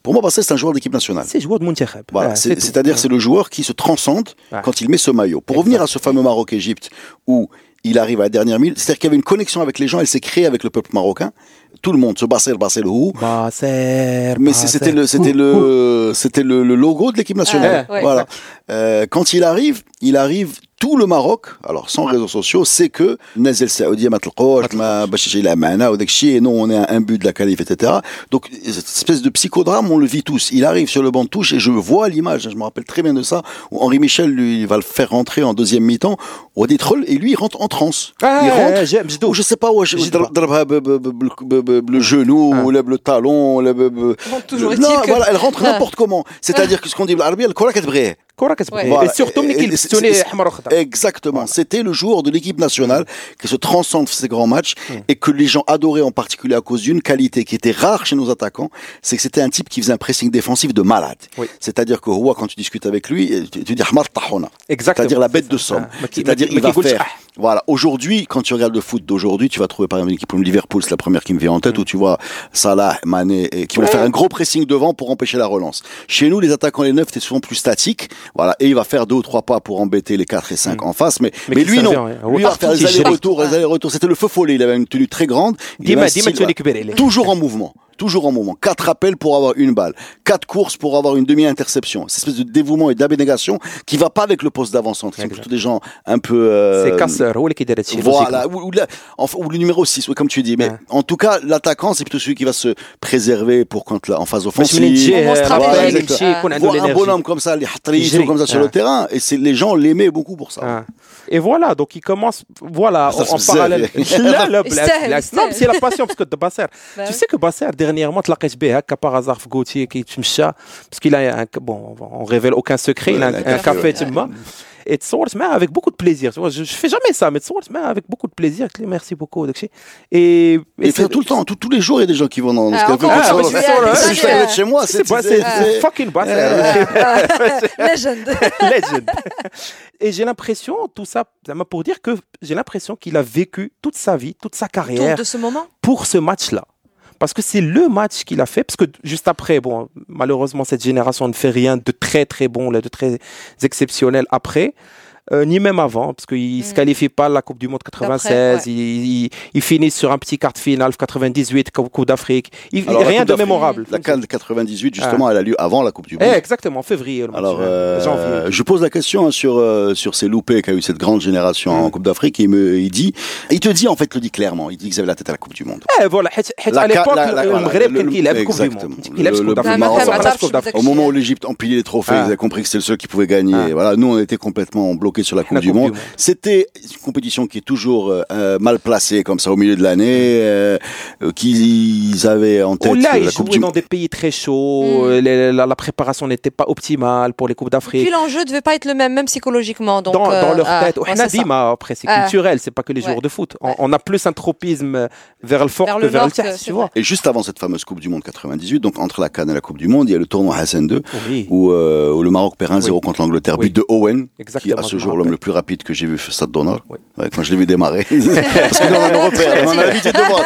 [SPEAKER 1] pour moi, Bassel, c'est un joueur d'équipe nationale.
[SPEAKER 3] Ah, c'est joueur de منتخب
[SPEAKER 1] Voilà,
[SPEAKER 3] Ah,
[SPEAKER 1] c'est-
[SPEAKER 3] tout.
[SPEAKER 1] c'est-à-dire c'est le joueur qui se transcende
[SPEAKER 3] Ouais.
[SPEAKER 1] quand il met ce maillot. Pour revenir à ce fameux Maroc-Égypte où il arrive à la dernière mille, c'est-à-dire qu'il y avait une connexion avec les gens, elle s'est créée avec le peuple marocain. Tout le monde, ce Bassel, Bassel, Hou.
[SPEAKER 3] Bah, Basser,
[SPEAKER 1] Mais
[SPEAKER 3] Basser.
[SPEAKER 1] c'est- c'était le, c'était
[SPEAKER 3] Ouh, ouh.
[SPEAKER 1] le, c'était le, le logo de l'équipe nationale.
[SPEAKER 2] Ah, ouais.
[SPEAKER 1] voilà. Euh, quand il arrive, il arrive tout le Maroc, alors sans réseaux sociaux, c'est que Nazel Saoudi, Matlqouch, ma Bachich El Amana, ou Dekchi, et non, on est à un but de la qualif, etc. Donc, cette espèce de psychodrame, on le vit tous. Il arrive sur le banc de touche et je vois l'image, je me rappelle très bien de ça, où Henri Michel, lui, il va le faire rentrer en deuxième mi-temps, au Détrol, et lui, il rentre en transe.
[SPEAKER 3] Ah,
[SPEAKER 1] il rentre,
[SPEAKER 3] ah, j'aime, je
[SPEAKER 1] ou
[SPEAKER 3] dois.
[SPEAKER 1] je sais pas, ouais, je-
[SPEAKER 3] Je sais pas.
[SPEAKER 1] ضربها ب- ب- ب- ب- ب- ب- le genou,
[SPEAKER 3] Ah.
[SPEAKER 1] ou le, le talon, euh, le, ب- ب-
[SPEAKER 2] Bon, toujours
[SPEAKER 1] le-
[SPEAKER 2] est-il
[SPEAKER 1] non,
[SPEAKER 2] que- Ah.
[SPEAKER 1] voilà, elle rentre n'importe comment. C'est-à-dire que ce qu'on dit l'arabie, elle كتبغيه.
[SPEAKER 3] كره كتبغي
[SPEAKER 1] Voilà.
[SPEAKER 3] سورتو ملي
[SPEAKER 1] Et- et-
[SPEAKER 3] كيلبسوني
[SPEAKER 1] c'est-
[SPEAKER 3] احمر واخضر
[SPEAKER 1] Exactement. C'était le joueur de l'équipe nationale qui se transcende ces grands matchs et que les gens adoraient en particulier à cause d'une qualité qui était rare chez nos attaquants, c'est que c'était un type qui faisait un pressing défensif de malade.
[SPEAKER 3] Oui.
[SPEAKER 1] C'est-à-dire que Roua, quand tu discutes avec lui, tu, tu dis Ahmad Tahona.
[SPEAKER 3] Exactement.
[SPEAKER 1] C'est-à-dire la bête de
[SPEAKER 3] ça.
[SPEAKER 1] somme.
[SPEAKER 3] Ah, mais qui-
[SPEAKER 1] C'est-à-dire
[SPEAKER 3] mais qui- ah,
[SPEAKER 1] il va
[SPEAKER 3] mais qui coûte
[SPEAKER 1] faire.
[SPEAKER 3] cher.
[SPEAKER 1] Voilà. Aujourd'hui, quand tu regardes le foot d'aujourd'hui, tu vas trouver par exemple une équipe comme Liverpool, c'est la première qui me vient en tête, où tu vois Salah, Mané, et qui vont faire un gros pressing devant pour empêcher la relance. Chez nous, les attaquants les neufs, t'es souvent plus statique. Voilà. Et il va faire deux ou trois pas pour embêter les quatre et cinq en face. Mais, mais,
[SPEAKER 3] Mais qui
[SPEAKER 1] lui,
[SPEAKER 3] servait
[SPEAKER 1] non.
[SPEAKER 3] à rien.
[SPEAKER 1] Lui, il va
[SPEAKER 3] Partout,
[SPEAKER 1] faire les
[SPEAKER 3] il gère.
[SPEAKER 1] allers-retours, les allers-retours. C'était le feu follet. Il avait une tenue très grande. Il
[SPEAKER 3] ديما
[SPEAKER 1] avait un
[SPEAKER 3] ديما
[SPEAKER 1] style,
[SPEAKER 3] توني كبير عليه
[SPEAKER 1] toujours en mouvement. Toujours en mouvement. Quatre appels pour avoir une balle. Quatre courses pour avoir une demi-interception. Cette espèce de dévouement et d'abnégation qui va pas avec le poste d'avant-centre. C'est
[SPEAKER 3] Exact.
[SPEAKER 1] plutôt des gens un peu, euh,
[SPEAKER 3] سي كاسر هو اللي كيدير هادشي
[SPEAKER 1] Voilà, ou, ou la- enfin, ou le numéro 6, comme tu dis. Mais
[SPEAKER 3] hein. Ouais.
[SPEAKER 1] en tout cas, l'attaquant, c'est plutôt celui qui va se préserver pour quand la, en phase
[SPEAKER 3] باش ملي
[SPEAKER 1] offensive.
[SPEAKER 3] تجي
[SPEAKER 2] Moment
[SPEAKER 3] رابيل
[SPEAKER 1] stratégique.
[SPEAKER 3] يمشي يكون عنده
[SPEAKER 1] Voir un
[SPEAKER 3] الانرجي
[SPEAKER 1] bonhomme comme ça, les Hatris
[SPEAKER 3] Génie.
[SPEAKER 1] ou comme ça sur
[SPEAKER 3] Ouais.
[SPEAKER 1] le terrain, et c'est- les gens l'aimaient beaucoup pour ça. Ah,
[SPEAKER 3] Ah. Et voilà, donc il commence, voilà,
[SPEAKER 1] Ça,
[SPEAKER 3] en, en
[SPEAKER 1] c'est
[SPEAKER 3] parallèle.
[SPEAKER 1] bizarre.
[SPEAKER 3] Là, là, بلاش-
[SPEAKER 2] يستاهل،
[SPEAKER 3] بلاش.
[SPEAKER 2] يستاهل.
[SPEAKER 3] Non, mais c'est la passion, parce que de Basser,
[SPEAKER 2] Bah
[SPEAKER 3] tu
[SPEAKER 2] ouais.
[SPEAKER 3] sais que Basser, dernièrement, تلاقيت به هكا par hasard في Gauthier qui تمشى, parce qu'il a un, bon, on révèle aucun secret, il a
[SPEAKER 1] Ouais,
[SPEAKER 3] un,
[SPEAKER 1] un
[SPEAKER 3] un
[SPEAKER 2] café,
[SPEAKER 3] café,
[SPEAKER 2] ouais.
[SPEAKER 3] تما. Et تصورت معاه avec beaucoup de plaisir. Tu vois, je, je fais jamais ça, mais تصورت معاه avec beaucoup de plaisir. قلت له Merci beaucoup. داكشي. Et,
[SPEAKER 1] Et,
[SPEAKER 3] c'est-
[SPEAKER 1] faire tout le temps, tout- tous les jours, il y a des gens qui vont dans dans
[SPEAKER 2] Ah,
[SPEAKER 1] ce café.
[SPEAKER 2] encore,
[SPEAKER 1] comme
[SPEAKER 3] ah,
[SPEAKER 1] ça.
[SPEAKER 3] mais c'est ça, ouais.
[SPEAKER 1] C'est juste à côté de chez moi.
[SPEAKER 3] C'est Basser, c'est fucking Basser.
[SPEAKER 2] legend
[SPEAKER 3] Legend. Et j'ai l'impression, tout ça, ça m'a pour dire que j'ai l'impression qu'il a vécu toute sa vie, toute sa
[SPEAKER 2] autour
[SPEAKER 3] carrière
[SPEAKER 2] de ce moment
[SPEAKER 3] pour ce match-là. Parce que c'est le match qu'il a fait, parce que juste après, bon, malheureusement, cette génération ne fait rien de très très bon, là, de très exceptionnel après. euh, ni même avant, parce qu'ils ne se qualifient pas à la Coupe du Monde 96.
[SPEAKER 2] D'après,
[SPEAKER 3] Ils, ils- ils finissent sur un petit quart de finale 98, Cou- Coupe d'Afrique. Ils-
[SPEAKER 1] Alors, la
[SPEAKER 3] rien
[SPEAKER 1] Coupe
[SPEAKER 3] de
[SPEAKER 1] d'Afrique,
[SPEAKER 3] mémorable.
[SPEAKER 1] La CAN de 98, justement, elle a lieu avant la Coupe du
[SPEAKER 3] Eh,
[SPEAKER 1] Monde.
[SPEAKER 3] exactement, en février. le match,
[SPEAKER 1] Alors,
[SPEAKER 3] ouais,
[SPEAKER 1] euh,
[SPEAKER 3] janvier.
[SPEAKER 1] je pose la question hein, sur, euh, sur ces loupés qu'a eu cette grande génération
[SPEAKER 3] Mm.
[SPEAKER 1] en Coupe d'Afrique. Il me il dit, il te dit en fait, le dit clairement, il dit qu'ils avaient la tête à la Coupe du Monde.
[SPEAKER 3] Eh, voilà, حيت- حيت
[SPEAKER 1] La
[SPEAKER 3] à
[SPEAKER 1] ca-
[SPEAKER 3] l'époque,
[SPEAKER 1] la- la-
[SPEAKER 3] le
[SPEAKER 1] voilà,
[SPEAKER 3] Maghreb,
[SPEAKER 1] le-
[SPEAKER 3] كان كيلعب
[SPEAKER 1] le-
[SPEAKER 3] كوب دي موند.
[SPEAKER 1] exactement.
[SPEAKER 3] كيلعب
[SPEAKER 1] Le-
[SPEAKER 3] كوب
[SPEAKER 1] le-
[SPEAKER 3] دافريك.
[SPEAKER 1] le Maroc,
[SPEAKER 3] كيلعب
[SPEAKER 1] voilà.
[SPEAKER 3] كوب دافريك.
[SPEAKER 1] Au moment où l'Égypte empilait les trophées,
[SPEAKER 3] Ah.
[SPEAKER 1] ils avaient compris que c'était le seul qui pouvait gagner.
[SPEAKER 3] Ah.
[SPEAKER 1] Voilà, nous, on était complètement bloqués sur la Coupe
[SPEAKER 3] La
[SPEAKER 1] du Monde. C'était une compétition qui est toujours euh, euh, mal placée comme ça au milieu de l'année, euh, euh, qu'ils avaient en tête euh,
[SPEAKER 3] Oula, Oh ils
[SPEAKER 1] la Coupe du
[SPEAKER 3] jouaient dans
[SPEAKER 1] Monde.
[SPEAKER 3] des pays très
[SPEAKER 2] Hmm.
[SPEAKER 3] chauds, euh, les- la, la préparation n'était pas optimale pour les Coupes
[SPEAKER 2] Puis
[SPEAKER 3] d'Afrique.
[SPEAKER 2] l'enjeu ne devait pas être le même, même psychologiquement. Donc,
[SPEAKER 3] dans,
[SPEAKER 2] euh,
[SPEAKER 3] dans leur
[SPEAKER 2] ah,
[SPEAKER 3] tête.
[SPEAKER 2] ouais,
[SPEAKER 3] On
[SPEAKER 2] c'est
[SPEAKER 3] a
[SPEAKER 2] ça.
[SPEAKER 3] dit, mais après, c'est
[SPEAKER 2] Ah.
[SPEAKER 3] culturel, c'est pas que les
[SPEAKER 2] Ouais.
[SPEAKER 3] joueurs de foot. On,
[SPEAKER 2] Ouais.
[SPEAKER 3] on a plus un tropisme vers le fort
[SPEAKER 2] Vers
[SPEAKER 3] que
[SPEAKER 2] le
[SPEAKER 3] vers le
[SPEAKER 2] nord que-
[SPEAKER 3] tiers,
[SPEAKER 2] c'est
[SPEAKER 3] tu vois.
[SPEAKER 1] Et juste avant cette fameuse Coupe du Monde 98, donc entre la Cannes et la Coupe du Monde, il y a le tournoi Hassan II.
[SPEAKER 3] Oui,
[SPEAKER 1] Où, euh, où le Maroc perd 1-0
[SPEAKER 3] Oui.
[SPEAKER 1] contre l'Angleterre,
[SPEAKER 3] Oui.
[SPEAKER 1] but de Owen, qui est
[SPEAKER 3] exactement.
[SPEAKER 1] à ce
[SPEAKER 3] je me
[SPEAKER 1] jour
[SPEAKER 3] rappelle.
[SPEAKER 1] l'homme le plus rapide que j'ai vu faire Stade d'honneur.
[SPEAKER 3] Oui.
[SPEAKER 1] Ouais, hein, quand je l'ai vu démarrer. Parce que non, on le repère, on a l'habitude de voir.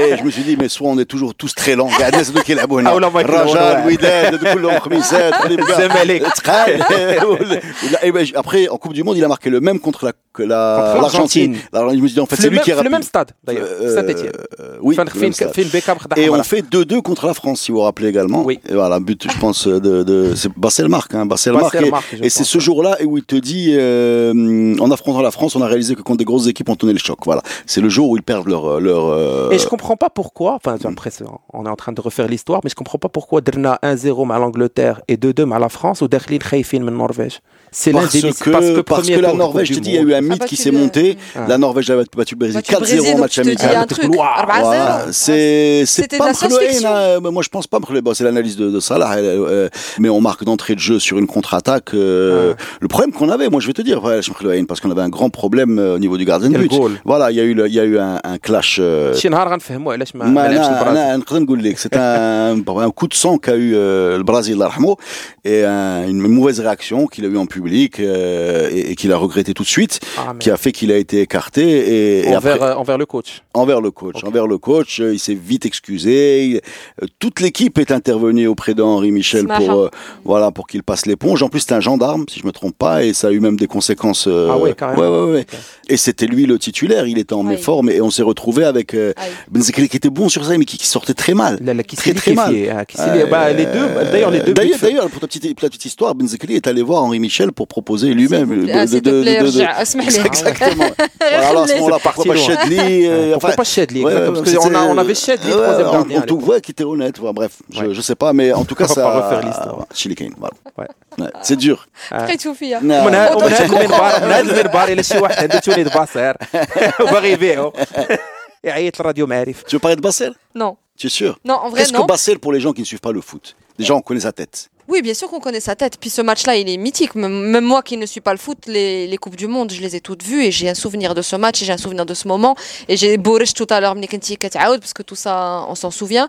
[SPEAKER 1] Et je me suis dit, mais soit on est toujours tous très lents. قاعد الناس هذوك يلعبوا هنا.
[SPEAKER 3] أو لما يكونوا
[SPEAKER 1] رجال
[SPEAKER 3] هنا.
[SPEAKER 1] وداد هذوك كلهم خميسات
[SPEAKER 3] زمالك.
[SPEAKER 1] تقال. ولا- Euh, et ben, j- Après, en Coupe du Monde, il a marqué le même contre la- que la-
[SPEAKER 3] Contre
[SPEAKER 1] l'Argentine.
[SPEAKER 3] l'Argentine.
[SPEAKER 1] Alors, je me suis dit, en fait,
[SPEAKER 3] le,
[SPEAKER 1] c'est lui
[SPEAKER 3] même,
[SPEAKER 1] qui est
[SPEAKER 3] le
[SPEAKER 1] rapide.
[SPEAKER 3] même stade, d'ailleurs,
[SPEAKER 1] Euh,
[SPEAKER 3] Saint-Etienne.
[SPEAKER 1] euh, oui,
[SPEAKER 3] Fin-
[SPEAKER 1] le
[SPEAKER 3] fin-
[SPEAKER 1] même stade.
[SPEAKER 3] fin- Beckham, Khadra,
[SPEAKER 1] Et on
[SPEAKER 3] voilà.
[SPEAKER 1] fait 2-2 contre la France, si vous vous rappelez également.
[SPEAKER 3] Oui.
[SPEAKER 1] Et voilà, but, je pense, de, de c'est Bassel Marc, hein, Bassel
[SPEAKER 3] Pas
[SPEAKER 1] Marc.
[SPEAKER 3] Serre
[SPEAKER 1] Et,
[SPEAKER 3] Marc, je
[SPEAKER 1] et c'est
[SPEAKER 3] pense.
[SPEAKER 1] ce jour-là où il te dit, euh, en affrontant la France, on a réalisé que contre des grosses équipes, on tenait le choc. Voilà. C'est le jour où ils perdent leur, leur, euh, Hmm.
[SPEAKER 3] Et je comprends pas pourquoi, enfin après c'est- on est en train de refaire l'histoire, mais je comprends pas pourquoi Derna 1-0 mal l'Angleterre et 2-2 mal la France ou Derlin Khaifin mal Norvège. C'est l'un
[SPEAKER 1] parce
[SPEAKER 3] des
[SPEAKER 1] que, parce
[SPEAKER 3] premier
[SPEAKER 1] que la
[SPEAKER 3] tour de
[SPEAKER 1] Norvège, je
[SPEAKER 3] Coupe
[SPEAKER 1] te
[SPEAKER 3] du
[SPEAKER 1] dis, il y a
[SPEAKER 3] Monde.
[SPEAKER 1] eu un
[SPEAKER 2] Ah,
[SPEAKER 1] mythe
[SPEAKER 2] bah,
[SPEAKER 1] qui
[SPEAKER 2] tu
[SPEAKER 1] s'est
[SPEAKER 2] le-
[SPEAKER 1] monté.
[SPEAKER 3] Ah.
[SPEAKER 1] La Norvège avait battu le Brésil
[SPEAKER 2] Bah, tu le
[SPEAKER 1] 4-0
[SPEAKER 2] Brésil,
[SPEAKER 1] en
[SPEAKER 2] donc
[SPEAKER 1] match
[SPEAKER 2] tu te dis
[SPEAKER 1] amical.
[SPEAKER 2] un
[SPEAKER 3] Le
[SPEAKER 2] truc. Ah, bah,
[SPEAKER 3] couloir.
[SPEAKER 2] 4-0.
[SPEAKER 1] Voilà, c'est c'est
[SPEAKER 2] C'était
[SPEAKER 1] pas
[SPEAKER 2] de la
[SPEAKER 1] Mkhloé,
[SPEAKER 2] science-fiction.
[SPEAKER 1] là. Moi, je pense pas Mkhloé. Bon, c'est l'analyse de, de Salah. elle, euh, mais on marque d'entrée de jeu sur une contre-attaque. euh,
[SPEAKER 2] Ah.
[SPEAKER 1] Le problème qu'on avait, moi, je vais te dire, voilà, Mkhloé, parce qu'on avait un grand problème euh, au niveau du gardien de
[SPEAKER 3] Quel
[SPEAKER 1] but.
[SPEAKER 3] goal.
[SPEAKER 1] Voilà, il y a eu, le- il y a eu un, un clash. euh,
[SPEAKER 3] شي نهار غنفهموا علاش ما
[SPEAKER 1] ما
[SPEAKER 3] ما لعبش
[SPEAKER 1] أنا-
[SPEAKER 3] البرازيل
[SPEAKER 1] أنا نقدر نقول لك، c'est un, bon, un coup de sang qu'a eu euh, le Brésil, الله يرحمه, et un- une mauvaise réaction qu'il a eu en public euh, et, et qu'il a regretté tout de suite,
[SPEAKER 3] Ah, mais
[SPEAKER 1] qui a fait qu'il a été écarté. Et, et après,
[SPEAKER 3] envers, euh, envers le coach.
[SPEAKER 1] envers le coach.
[SPEAKER 3] Ok.
[SPEAKER 1] Envers le coach, euh, il s'est vite excusé. Il- euh, toute l'équipe est intervenue auprès d'Henri Michel
[SPEAKER 2] Smaha.
[SPEAKER 1] pour euh, voilà pour qu'il passe l'éponge. En plus, c'est un gendarme, si je me trompe pas, et ça a eu même des conséquences. euh,
[SPEAKER 3] Ah ouais, carrément.
[SPEAKER 1] ouais, ouais, ouais.
[SPEAKER 3] Ok.
[SPEAKER 1] Et c'était lui le titulaire. Il était en
[SPEAKER 2] Ouais.
[SPEAKER 1] méforme et on s'est retrouvé avec euh,
[SPEAKER 2] Aïe.
[SPEAKER 1] Benzekeli qui était bon sur ça, mais qui, qui sortait très mal.
[SPEAKER 3] La, la qui
[SPEAKER 1] Très,
[SPEAKER 3] s'est
[SPEAKER 1] très mal. euh,
[SPEAKER 3] liquéfiée, hein, qui s'est li- bah, les deux, bah, d'ailleurs, les deux. buts
[SPEAKER 1] D'ailleurs,
[SPEAKER 3] faits-
[SPEAKER 1] d'ailleurs, pour ta petite, pour la petite histoire, Benzekeli est allé voir Henri Michel pour proposer
[SPEAKER 2] S'il
[SPEAKER 1] lui-même
[SPEAKER 2] vous plaît, ah, s'il te plaît, رجع. اسمح لي.
[SPEAKER 1] Exactement. voilà, alors à ce moment-là, pourquoi pas
[SPEAKER 3] Parti loin.
[SPEAKER 1] Chedli euh,
[SPEAKER 3] Pourquoi
[SPEAKER 1] enfin,
[SPEAKER 3] pas Shedley
[SPEAKER 1] Ouais,
[SPEAKER 3] exactement,
[SPEAKER 1] ouais,
[SPEAKER 3] Parce qu'on
[SPEAKER 1] c'était-
[SPEAKER 3] a- on avait Shedley,
[SPEAKER 1] Ouais,
[SPEAKER 3] troisième
[SPEAKER 1] on-
[SPEAKER 3] gardien. à
[SPEAKER 1] On trouve ouais, qu'il était honnête. ouais, bref, je,
[SPEAKER 3] Ouais.
[SPEAKER 1] je sais pas, mais en tout cas,
[SPEAKER 3] On va
[SPEAKER 1] ça.
[SPEAKER 3] pas refaire l'histoire.
[SPEAKER 1] Ouais, Chili Kane, voilà.
[SPEAKER 3] Ouais.
[SPEAKER 1] Ouais, c'est dur.
[SPEAKER 2] Très Toufi, hein.
[SPEAKER 1] Non.
[SPEAKER 3] ومن هاد
[SPEAKER 2] أو
[SPEAKER 3] ومن هاد
[SPEAKER 2] تمشي
[SPEAKER 3] المنبر من هاد المنبر الى شي واحد عنده توليد باصير وباغي يبيعو يعيط لراديو معرف
[SPEAKER 1] Tu veux parler de Basel
[SPEAKER 2] Non.
[SPEAKER 1] Tu es sûr
[SPEAKER 2] Non, en vrai,
[SPEAKER 1] Qu'est-ce que
[SPEAKER 2] non.
[SPEAKER 1] Basel pour les gens qui ne suivent pas le foot Déjà, on connaît sa tête.
[SPEAKER 2] Oui, bien sûr qu'on connaît sa tête. Puis ce match-là, il est mythique. Même même moi qui ne suis pas le foot, les, les Coupes du Monde, je les ai toutes vues et j'ai un souvenir de ce match et j'ai un souvenir de ce moment. Et j'ai Boris tout à l'heure, Mnik Nti Kataoud, parce que tout ça, on s'en souvient.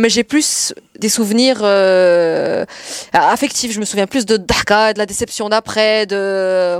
[SPEAKER 2] Mais j'ai plus des souvenirs euh, affectifs. Je me souviens plus de Dhaka, et de la déception d'après, de.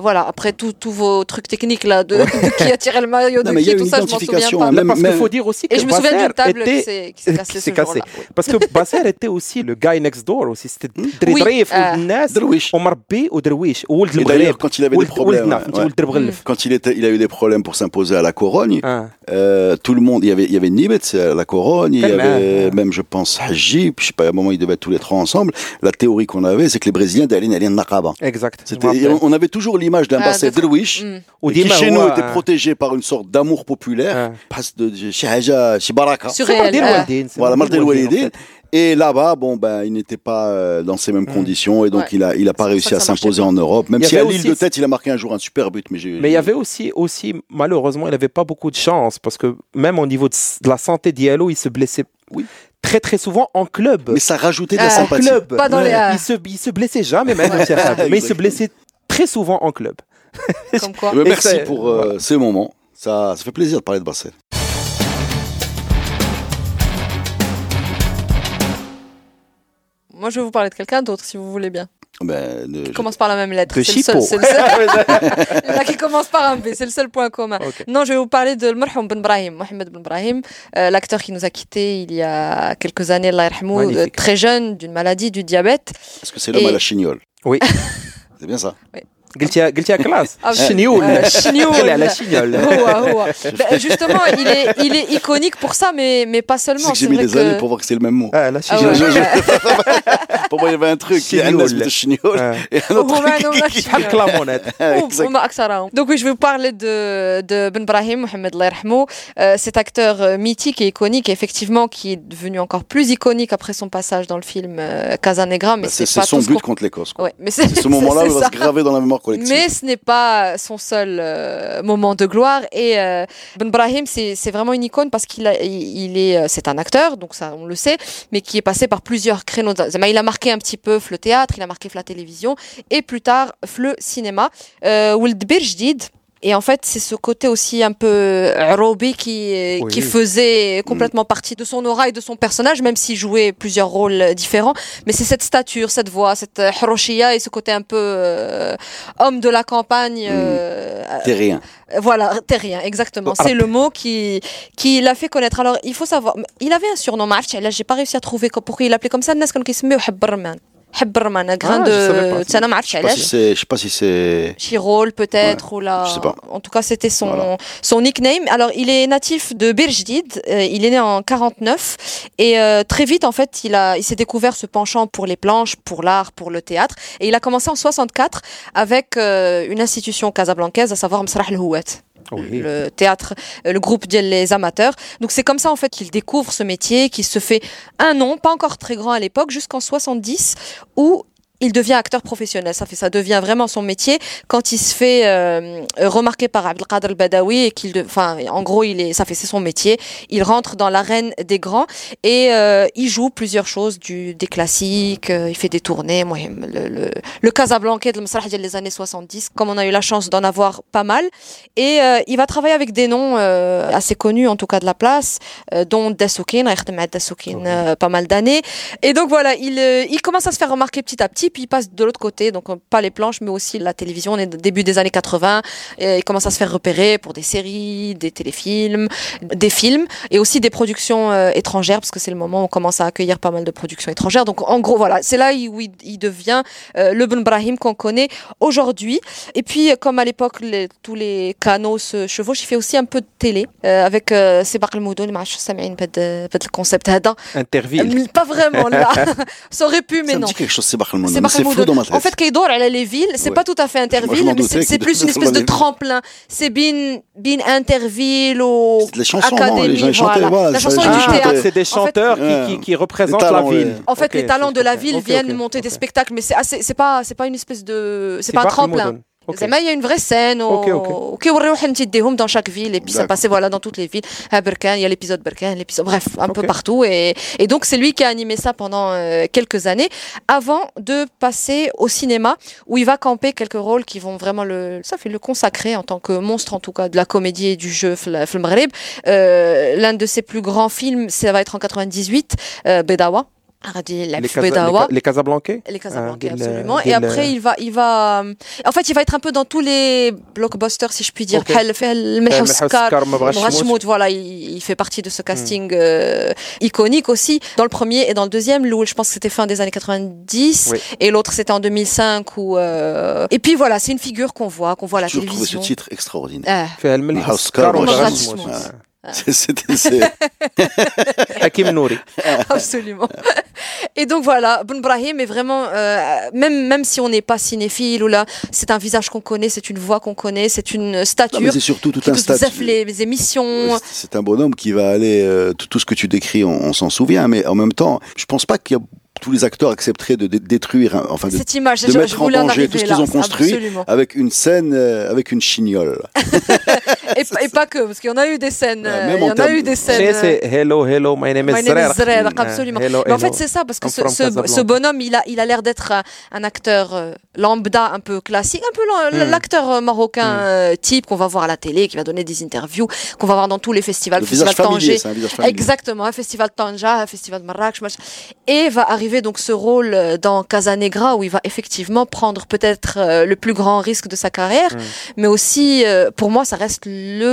[SPEAKER 2] Voilà, après tous tous vos trucs techniques là, de, de qui a tiré le maillot, de
[SPEAKER 1] Non, mais il y
[SPEAKER 2] qui,
[SPEAKER 1] a
[SPEAKER 2] tout
[SPEAKER 1] une
[SPEAKER 2] ça, je m'en souviens
[SPEAKER 1] identification,
[SPEAKER 2] pas.
[SPEAKER 1] hein,
[SPEAKER 3] لا
[SPEAKER 1] même-
[SPEAKER 3] باسكو
[SPEAKER 1] même-
[SPEAKER 3] فو دير aussi
[SPEAKER 2] Et
[SPEAKER 3] que
[SPEAKER 2] je me souviens
[SPEAKER 3] Basser
[SPEAKER 2] d'une table qui
[SPEAKER 3] était
[SPEAKER 2] s'est qui s'est cassée ce
[SPEAKER 3] s'est cassée.
[SPEAKER 2] jour-là.
[SPEAKER 3] Parce que Basser était aussi le guy next door aussi c'était دري
[SPEAKER 2] Oui,
[SPEAKER 3] ظريف
[SPEAKER 2] آه.
[SPEAKER 3] ولد الناس
[SPEAKER 1] درويش.
[SPEAKER 3] ومربي ودرويش وولد
[SPEAKER 1] Et
[SPEAKER 3] المغرب
[SPEAKER 1] d'ailleurs, quand Hmm? il avait des
[SPEAKER 3] ولد ولد
[SPEAKER 1] problèmes.
[SPEAKER 3] نعم
[SPEAKER 1] ouais,
[SPEAKER 3] ولد درب غلف
[SPEAKER 1] Quand il, était, il a eu des problèmes pour s'imposer à la Corogne,
[SPEAKER 2] Hmm.
[SPEAKER 3] آه.
[SPEAKER 1] euh, tout le monde, il y avait, il y avait Nimitz à la Corogne, il y
[SPEAKER 3] Tellement.
[SPEAKER 1] avait même, je pense, Hajib, je sais pas, à un moment, ils devaient être tous les trois ensemble. La théorie qu'on avait, c'est que les Brésiliens d'aller n'allaient Nakaba.
[SPEAKER 3] Ah, Exact
[SPEAKER 1] C'était- et on- on avait toujours l'image d'un
[SPEAKER 2] Ah,
[SPEAKER 1] basset
[SPEAKER 2] de-
[SPEAKER 1] derwish
[SPEAKER 2] Mm.
[SPEAKER 1] et qui chez nous était protégé par une sorte d'amour populaire,
[SPEAKER 3] Ouais.
[SPEAKER 1] passe de chez Haja, chez Baraka.
[SPEAKER 2] Surréel.
[SPEAKER 3] ديال
[SPEAKER 2] آه.
[SPEAKER 3] الوالدين
[SPEAKER 1] Voilà, Martel
[SPEAKER 3] الوالدين، en
[SPEAKER 1] Walidé.
[SPEAKER 3] fait.
[SPEAKER 1] Et là-bas, bon, ben, il n'était pas euh, dans ces mêmes
[SPEAKER 3] Mm.
[SPEAKER 1] conditions et donc
[SPEAKER 2] Ouais.
[SPEAKER 1] il a, il a pas
[SPEAKER 2] C'est pour
[SPEAKER 1] réussi
[SPEAKER 2] ça
[SPEAKER 1] à
[SPEAKER 2] que ça marchait
[SPEAKER 1] s'imposer
[SPEAKER 2] pas.
[SPEAKER 1] en Europe. Même
[SPEAKER 3] Il y
[SPEAKER 1] si à
[SPEAKER 3] avait
[SPEAKER 1] l'île
[SPEAKER 3] aussi-
[SPEAKER 1] de tête, il a marqué un jour un super but, mais j'ai.
[SPEAKER 3] Mais il y avait aussi, aussi malheureusement, il n'avait pas beaucoup de chance parce que même au niveau de, s- de la santé d'Ialo, il se blessait
[SPEAKER 1] Oui.
[SPEAKER 3] très très souvent en club.
[SPEAKER 1] Mais ça rajoutait de la
[SPEAKER 2] Ah,
[SPEAKER 3] en
[SPEAKER 1] sympathie.
[SPEAKER 3] club.
[SPEAKER 2] Pas dans les, euh,
[SPEAKER 3] Il se, il se blessait jamais, même, mais il se
[SPEAKER 1] Exactement.
[SPEAKER 3] blessait très souvent en club.
[SPEAKER 2] Comme quoi.
[SPEAKER 1] Eh ben,
[SPEAKER 3] Et
[SPEAKER 1] merci
[SPEAKER 3] c'est-
[SPEAKER 1] pour euh, ces moments. Ça, ça fait plaisir de parler de Basset.
[SPEAKER 2] Moi, je vais vous parler de quelqu'un d'autre, si vous voulez bien.
[SPEAKER 1] Ben, de- je-
[SPEAKER 2] Qui commence par la même lettre.
[SPEAKER 3] De
[SPEAKER 2] C'est le seul-
[SPEAKER 3] Chippo.
[SPEAKER 2] c'est le seul-
[SPEAKER 1] Ah
[SPEAKER 2] Il y en a qui commence par un B, c'est le seul point commun.
[SPEAKER 3] Ok.
[SPEAKER 2] Non, je vais vous parler de Marhoum Ben Brahim, Mohamed Ben Brahim, euh, l'acteur qui nous a quittés il y a quelques années, Allah yarhamou,
[SPEAKER 3] Magnifique.
[SPEAKER 2] euh, très jeune, d'une maladie, du diabète.
[SPEAKER 1] Est-ce que c'est l'homme
[SPEAKER 2] Et-
[SPEAKER 1] à la chignole
[SPEAKER 3] Oui.
[SPEAKER 1] C'est bien ça.
[SPEAKER 3] قلتيها قلتيها كلاس
[SPEAKER 1] Ah
[SPEAKER 2] آه،
[SPEAKER 3] شنيول
[SPEAKER 2] آه، شنيول.
[SPEAKER 3] قال على شنيول
[SPEAKER 2] هو هو Bah, justement il est il est iconique pour ça mais mais pas
[SPEAKER 1] C'est
[SPEAKER 2] seulement
[SPEAKER 1] que j'ai
[SPEAKER 2] c'est
[SPEAKER 1] mis
[SPEAKER 2] vrai
[SPEAKER 1] des années
[SPEAKER 2] que
[SPEAKER 1] pour voir que c'est le même mot.
[SPEAKER 3] اه على
[SPEAKER 2] Ah
[SPEAKER 3] شنيول
[SPEAKER 2] ouais.
[SPEAKER 1] Je- je- Pour moi, il y avait un truc. Il y a un
[SPEAKER 3] Chignol.
[SPEAKER 1] espèce de chignol
[SPEAKER 3] آه.
[SPEAKER 1] et un autre
[SPEAKER 2] Romain, oh,
[SPEAKER 1] truc.
[SPEAKER 2] Romain,
[SPEAKER 1] qui-
[SPEAKER 3] بحال كلامونات
[SPEAKER 1] Ah Exact.
[SPEAKER 2] وما اكثرهم دونك je vais vous parler de de Ben Brahim Mohamed الله يرحمه Euh, cet acteur euh, mythique et iconique effectivement qui est devenu encore plus iconique après son passage dans le film euh, Casanegra mais
[SPEAKER 1] Bah, C'est
[SPEAKER 2] c'est
[SPEAKER 1] c'est
[SPEAKER 2] pas
[SPEAKER 1] son
[SPEAKER 2] tout ce
[SPEAKER 1] but
[SPEAKER 2] qu'on
[SPEAKER 1] contre l'Écosse. quoi.
[SPEAKER 2] ouais mais
[SPEAKER 1] C'est ce moment-là où il
[SPEAKER 2] c'est
[SPEAKER 1] va se
[SPEAKER 2] ça.
[SPEAKER 1] graver dans la mémoire collective.
[SPEAKER 2] Mais ce n'est pas son seul euh, moment de gloire. Et euh, Ben Brahim, c'est c'est vraiment une icône parce qu'il a- il il est, euh, c'est un acteur, donc ça on le sait, mais qui est passé par plusieurs créneaux. Zama, Il a marqué un petit peu le théâtre, il a marqué la télévision et plus tard le cinéma. Euh, Wild Birjdid. Et en fait, c'est ce côté aussi un peu Roby qui, euh,
[SPEAKER 3] Oui.
[SPEAKER 2] qui faisait complètement partie de son aura et de son personnage, même s'il jouait plusieurs rôles euh, différents. Mais c'est cette stature, cette voix, cette euh, Hiroshia et ce côté un peu euh, homme de la campagne.
[SPEAKER 3] Mm.
[SPEAKER 2] euh,
[SPEAKER 1] Terrien.
[SPEAKER 2] euh, voilà, terrien, exactement.
[SPEAKER 3] Ah.
[SPEAKER 2] C'est le mot qui, qui l'a fait connaître. Alors, il faut savoir, il avait un surnom, معرفتش علاش, j'ai pas réussi à trouver co- pourquoi il l'appelait comme ça. الناس كانوا كيسميوه حبرمان. حبرمان, un grain
[SPEAKER 3] Ah, je savais pas.
[SPEAKER 2] de. أنا ما عرفتش
[SPEAKER 1] Je sais pas si
[SPEAKER 2] علاش.
[SPEAKER 1] c'est- je sais pas si c'est.
[SPEAKER 2] Chirol peut-être ou là.
[SPEAKER 1] je sais pas.
[SPEAKER 2] En tout cas, c'était son
[SPEAKER 1] Voilà.
[SPEAKER 2] son nickname. Alors, il est natif de Birjdid. Euh, il est né en 49 et euh, très vite, en fait, il a il s'est découvert ce penchant pour les planches, pour l'art, pour le théâtre. Et il a commencé en 64 avec euh, une institution casablancaise, à savoir Msrah El Houet
[SPEAKER 3] وي.
[SPEAKER 2] le théâtre, euh, le groupe des les amateurs. Donc c'est comme ça en fait qu'il découvre ce métier, qu'il se fait un nom, pas encore très grand à l'époque, jusqu'en 70 où il devient acteur professionnel. Ça fait, ça devient vraiment son métier quand il se fait euh, remarquer par Abdelkader Badawi et qu'il, de- enfin, en gros, il est, ça fait, c'est son métier. Il rentre dans l'arène des grands et euh, il joue plusieurs choses, du, des classiques. euh, il fait des tournées. moi, le, le, le Casablanca de Msrah des années 70, comme on a eu la chance d'en avoir pas mal. Et euh, il va travailler avec des noms euh, assez connus, en tout cas de la place, euh, dont Dassoukin, il a travaillé avec Dassoukin euh, pas mal d'années. Et donc voilà, il, euh, il commence à se faire remarquer petit à petit, puis il passe de l'autre côté, donc euh, pas les planches, mais aussi la télévision. On est au début des années 80, et il commence à se faire repérer pour des séries, des téléfilms, des films, et aussi des productions euh, étrangères, parce que c'est le moment où on commence à accueillir pas mal de productions étrangères. Donc en gros, voilà, c'est là où il, il devient euh, le Ben Brahim qu'on connaît aujourd'hui. Et puis, euh, comme à l'époque, les- tous les canaux se chevauchent, il fait aussi un peu de télé euh, avec euh, Sebaq El Moudoun, معرفتش سامعين بهذا بهذا الكونسيبت هذا.
[SPEAKER 3] انترفيل
[SPEAKER 2] Ah, Euh, Pas vraiment là. Ça aurait pu, mais
[SPEAKER 1] Ça me
[SPEAKER 2] non.
[SPEAKER 1] dit quelque chose, c'est Bahr el-Mouna,
[SPEAKER 2] C'est
[SPEAKER 1] mais
[SPEAKER 2] Sebaq El
[SPEAKER 1] C'est flou dans ma
[SPEAKER 2] Moudoun. En
[SPEAKER 1] tête.
[SPEAKER 2] fait, Kaydor, elle a les villes, c'est
[SPEAKER 1] Ouais.
[SPEAKER 2] pas tout à fait
[SPEAKER 1] Moi, je
[SPEAKER 2] Interville,
[SPEAKER 1] m'en
[SPEAKER 2] mais
[SPEAKER 1] doutais
[SPEAKER 2] c'est c'est
[SPEAKER 1] que-
[SPEAKER 2] plus une espèce de
[SPEAKER 1] Malais.
[SPEAKER 2] tremplin. C'est bin, bin Interville ou.
[SPEAKER 1] C'est de la chanson, non
[SPEAKER 2] Académie,
[SPEAKER 1] Les gens ils chantaient.
[SPEAKER 2] voilà.
[SPEAKER 1] voilà,
[SPEAKER 2] La
[SPEAKER 1] ça,
[SPEAKER 2] chanson
[SPEAKER 1] ils
[SPEAKER 2] et du
[SPEAKER 1] chantaient.
[SPEAKER 2] théâtre.
[SPEAKER 3] Ah, c'est des chanteurs
[SPEAKER 1] Ouais.
[SPEAKER 3] qui, qui, qui représentent
[SPEAKER 1] Ah. Les
[SPEAKER 3] la
[SPEAKER 1] talents, euh,
[SPEAKER 3] ville.
[SPEAKER 2] En fait,
[SPEAKER 3] Ok,
[SPEAKER 2] les talents
[SPEAKER 3] je
[SPEAKER 2] de la
[SPEAKER 3] comprends.
[SPEAKER 2] ville
[SPEAKER 3] Ok,
[SPEAKER 2] viennent
[SPEAKER 3] ok,
[SPEAKER 2] monter des
[SPEAKER 3] ok.
[SPEAKER 2] spectacles, mais c'est assez- c'est pas, c'est pas une espèce de. C'est pas un
[SPEAKER 3] Barthes
[SPEAKER 2] tremplin.
[SPEAKER 3] Modone. Ok.
[SPEAKER 2] زعما il y a une vraie scène
[SPEAKER 3] Ok, ok.
[SPEAKER 2] au- وكيوريو حنا تيديهم dans chaque ville et puis ça
[SPEAKER 1] D'accord.
[SPEAKER 2] passait voilà dans toutes les villes à Berkane il y a l'épisode Berkane l'épisode bref un peu
[SPEAKER 3] Ok.
[SPEAKER 2] partout et, et donc c'est lui qui a animé ça pendant euh, quelques années avant de passer au cinéma où il va camper quelques rôles qui vont vraiment le ça fait le consacrer en tant que monstre en tout cas de la comédie et du jeu fl- film Maghreb Euh, l'un de ses plus grands films ça va être en 98 euh, Bedawa غادي يلعب
[SPEAKER 3] Les
[SPEAKER 2] في
[SPEAKER 3] Casa- les
[SPEAKER 2] Bedawa
[SPEAKER 3] Ca- les Casablancais
[SPEAKER 2] les
[SPEAKER 3] Ah,
[SPEAKER 2] Casablancais,
[SPEAKER 3] Gil,
[SPEAKER 2] absolument.
[SPEAKER 3] euh, Gil,
[SPEAKER 2] et
[SPEAKER 3] euh,
[SPEAKER 2] après, il va, il va, euh, en fait, il va être un peu dans tous les blockbusters, si je puis dire.
[SPEAKER 3] Ok.
[SPEAKER 2] بحال فيها الملح
[SPEAKER 3] Melhouse
[SPEAKER 2] والسكر.
[SPEAKER 3] Scar, Hmm. Mabrash Mouch.
[SPEAKER 2] Mourachmout, voilà, il, il fait partie de ce casting euh, iconique aussi. Dans le premier et dans le deuxième, l'oul, je pense que c'était fin des années 90,
[SPEAKER 3] Oui.
[SPEAKER 2] et l'autre c'était en 2005. Ou, euh, Et puis voilà, c'est une figure qu'on voit, qu'on voit à la
[SPEAKER 1] J'ai toujours trouvé ce
[SPEAKER 2] télévision.
[SPEAKER 1] titre extraordinaire.
[SPEAKER 2] Ah,
[SPEAKER 3] فيها الملح
[SPEAKER 1] Melhouse
[SPEAKER 3] والسكر
[SPEAKER 1] Scar,
[SPEAKER 3] ومبراش
[SPEAKER 2] Mabrash
[SPEAKER 3] موت.
[SPEAKER 1] Mouch.
[SPEAKER 3] آه.
[SPEAKER 1] C'était- c'est-
[SPEAKER 3] حكيم نوري
[SPEAKER 2] Absolument. Et donc voilà, Ben Brahim est vraiment, euh, même, même si on n'est pas cinéphile ou là, c'est un visage qu'on connaît, c'est une voix qu'on connaît, c'est une
[SPEAKER 1] Non, mais
[SPEAKER 2] stature.
[SPEAKER 1] C'est surtout tout
[SPEAKER 2] qui
[SPEAKER 1] un
[SPEAKER 2] nous zaffe
[SPEAKER 1] statut.
[SPEAKER 2] les, les émissions.
[SPEAKER 1] Euh, C'est- C'est un bonhomme qui va aller. euh, tout, tout ce que tu décris, on, on s'en souvient, mais en même temps, je pense pas qu'il y a tous les acteurs accepteraient de dé- détruire, hein, enfin, de-
[SPEAKER 2] Cette image,
[SPEAKER 1] de
[SPEAKER 2] je, je
[SPEAKER 1] mettre en
[SPEAKER 2] voulais en
[SPEAKER 1] danger
[SPEAKER 2] arriver
[SPEAKER 1] tout ce
[SPEAKER 2] là.
[SPEAKER 1] qu'ils ont construit.
[SPEAKER 2] Absolument.
[SPEAKER 1] avec une scène, euh, avec une chignole.
[SPEAKER 2] Et, pas- et pas que, parce qu'il y en a eu des scènes.
[SPEAKER 1] Ouais,
[SPEAKER 2] euh,
[SPEAKER 1] même
[SPEAKER 2] il
[SPEAKER 1] en
[SPEAKER 2] y en a
[SPEAKER 1] termes
[SPEAKER 2] eu
[SPEAKER 1] de-
[SPEAKER 2] des scènes.
[SPEAKER 3] شي
[SPEAKER 2] euh,
[SPEAKER 3] سي هيلو هيلو ماي نيم
[SPEAKER 2] My
[SPEAKER 3] از
[SPEAKER 2] name is
[SPEAKER 3] زرير
[SPEAKER 2] Zrerq,
[SPEAKER 3] آه،
[SPEAKER 2] absolument.
[SPEAKER 3] hello,
[SPEAKER 2] Mais en fait,
[SPEAKER 3] hello.
[SPEAKER 2] c'est ça, parce que
[SPEAKER 3] I'm
[SPEAKER 2] ce,
[SPEAKER 3] from
[SPEAKER 2] ce-
[SPEAKER 3] Casablanca.
[SPEAKER 2] ce bonhomme, il a, il a l'air d'être un, un acteur euh, lambda, un peu classique, un peu l'en-
[SPEAKER 3] Mm.
[SPEAKER 2] l'acteur euh, marocain
[SPEAKER 3] Mm.
[SPEAKER 2] euh, type qu'on va voir à la télé, qui va donner des interviews, qu'on va voir dans tous les festivals,
[SPEAKER 1] Le
[SPEAKER 2] festival
[SPEAKER 1] visage familier,
[SPEAKER 2] Tanger.
[SPEAKER 1] c'est un visage familier.
[SPEAKER 2] Exactement, un festival Tanja, un festival de Marrakech, mach- et va arriver arriver donc ce rôle euh, dans Casanegra où il va effectivement prendre peut-être euh, le plus grand risque de sa carrière,
[SPEAKER 3] Mm.
[SPEAKER 2] mais aussi euh, pour moi ça reste le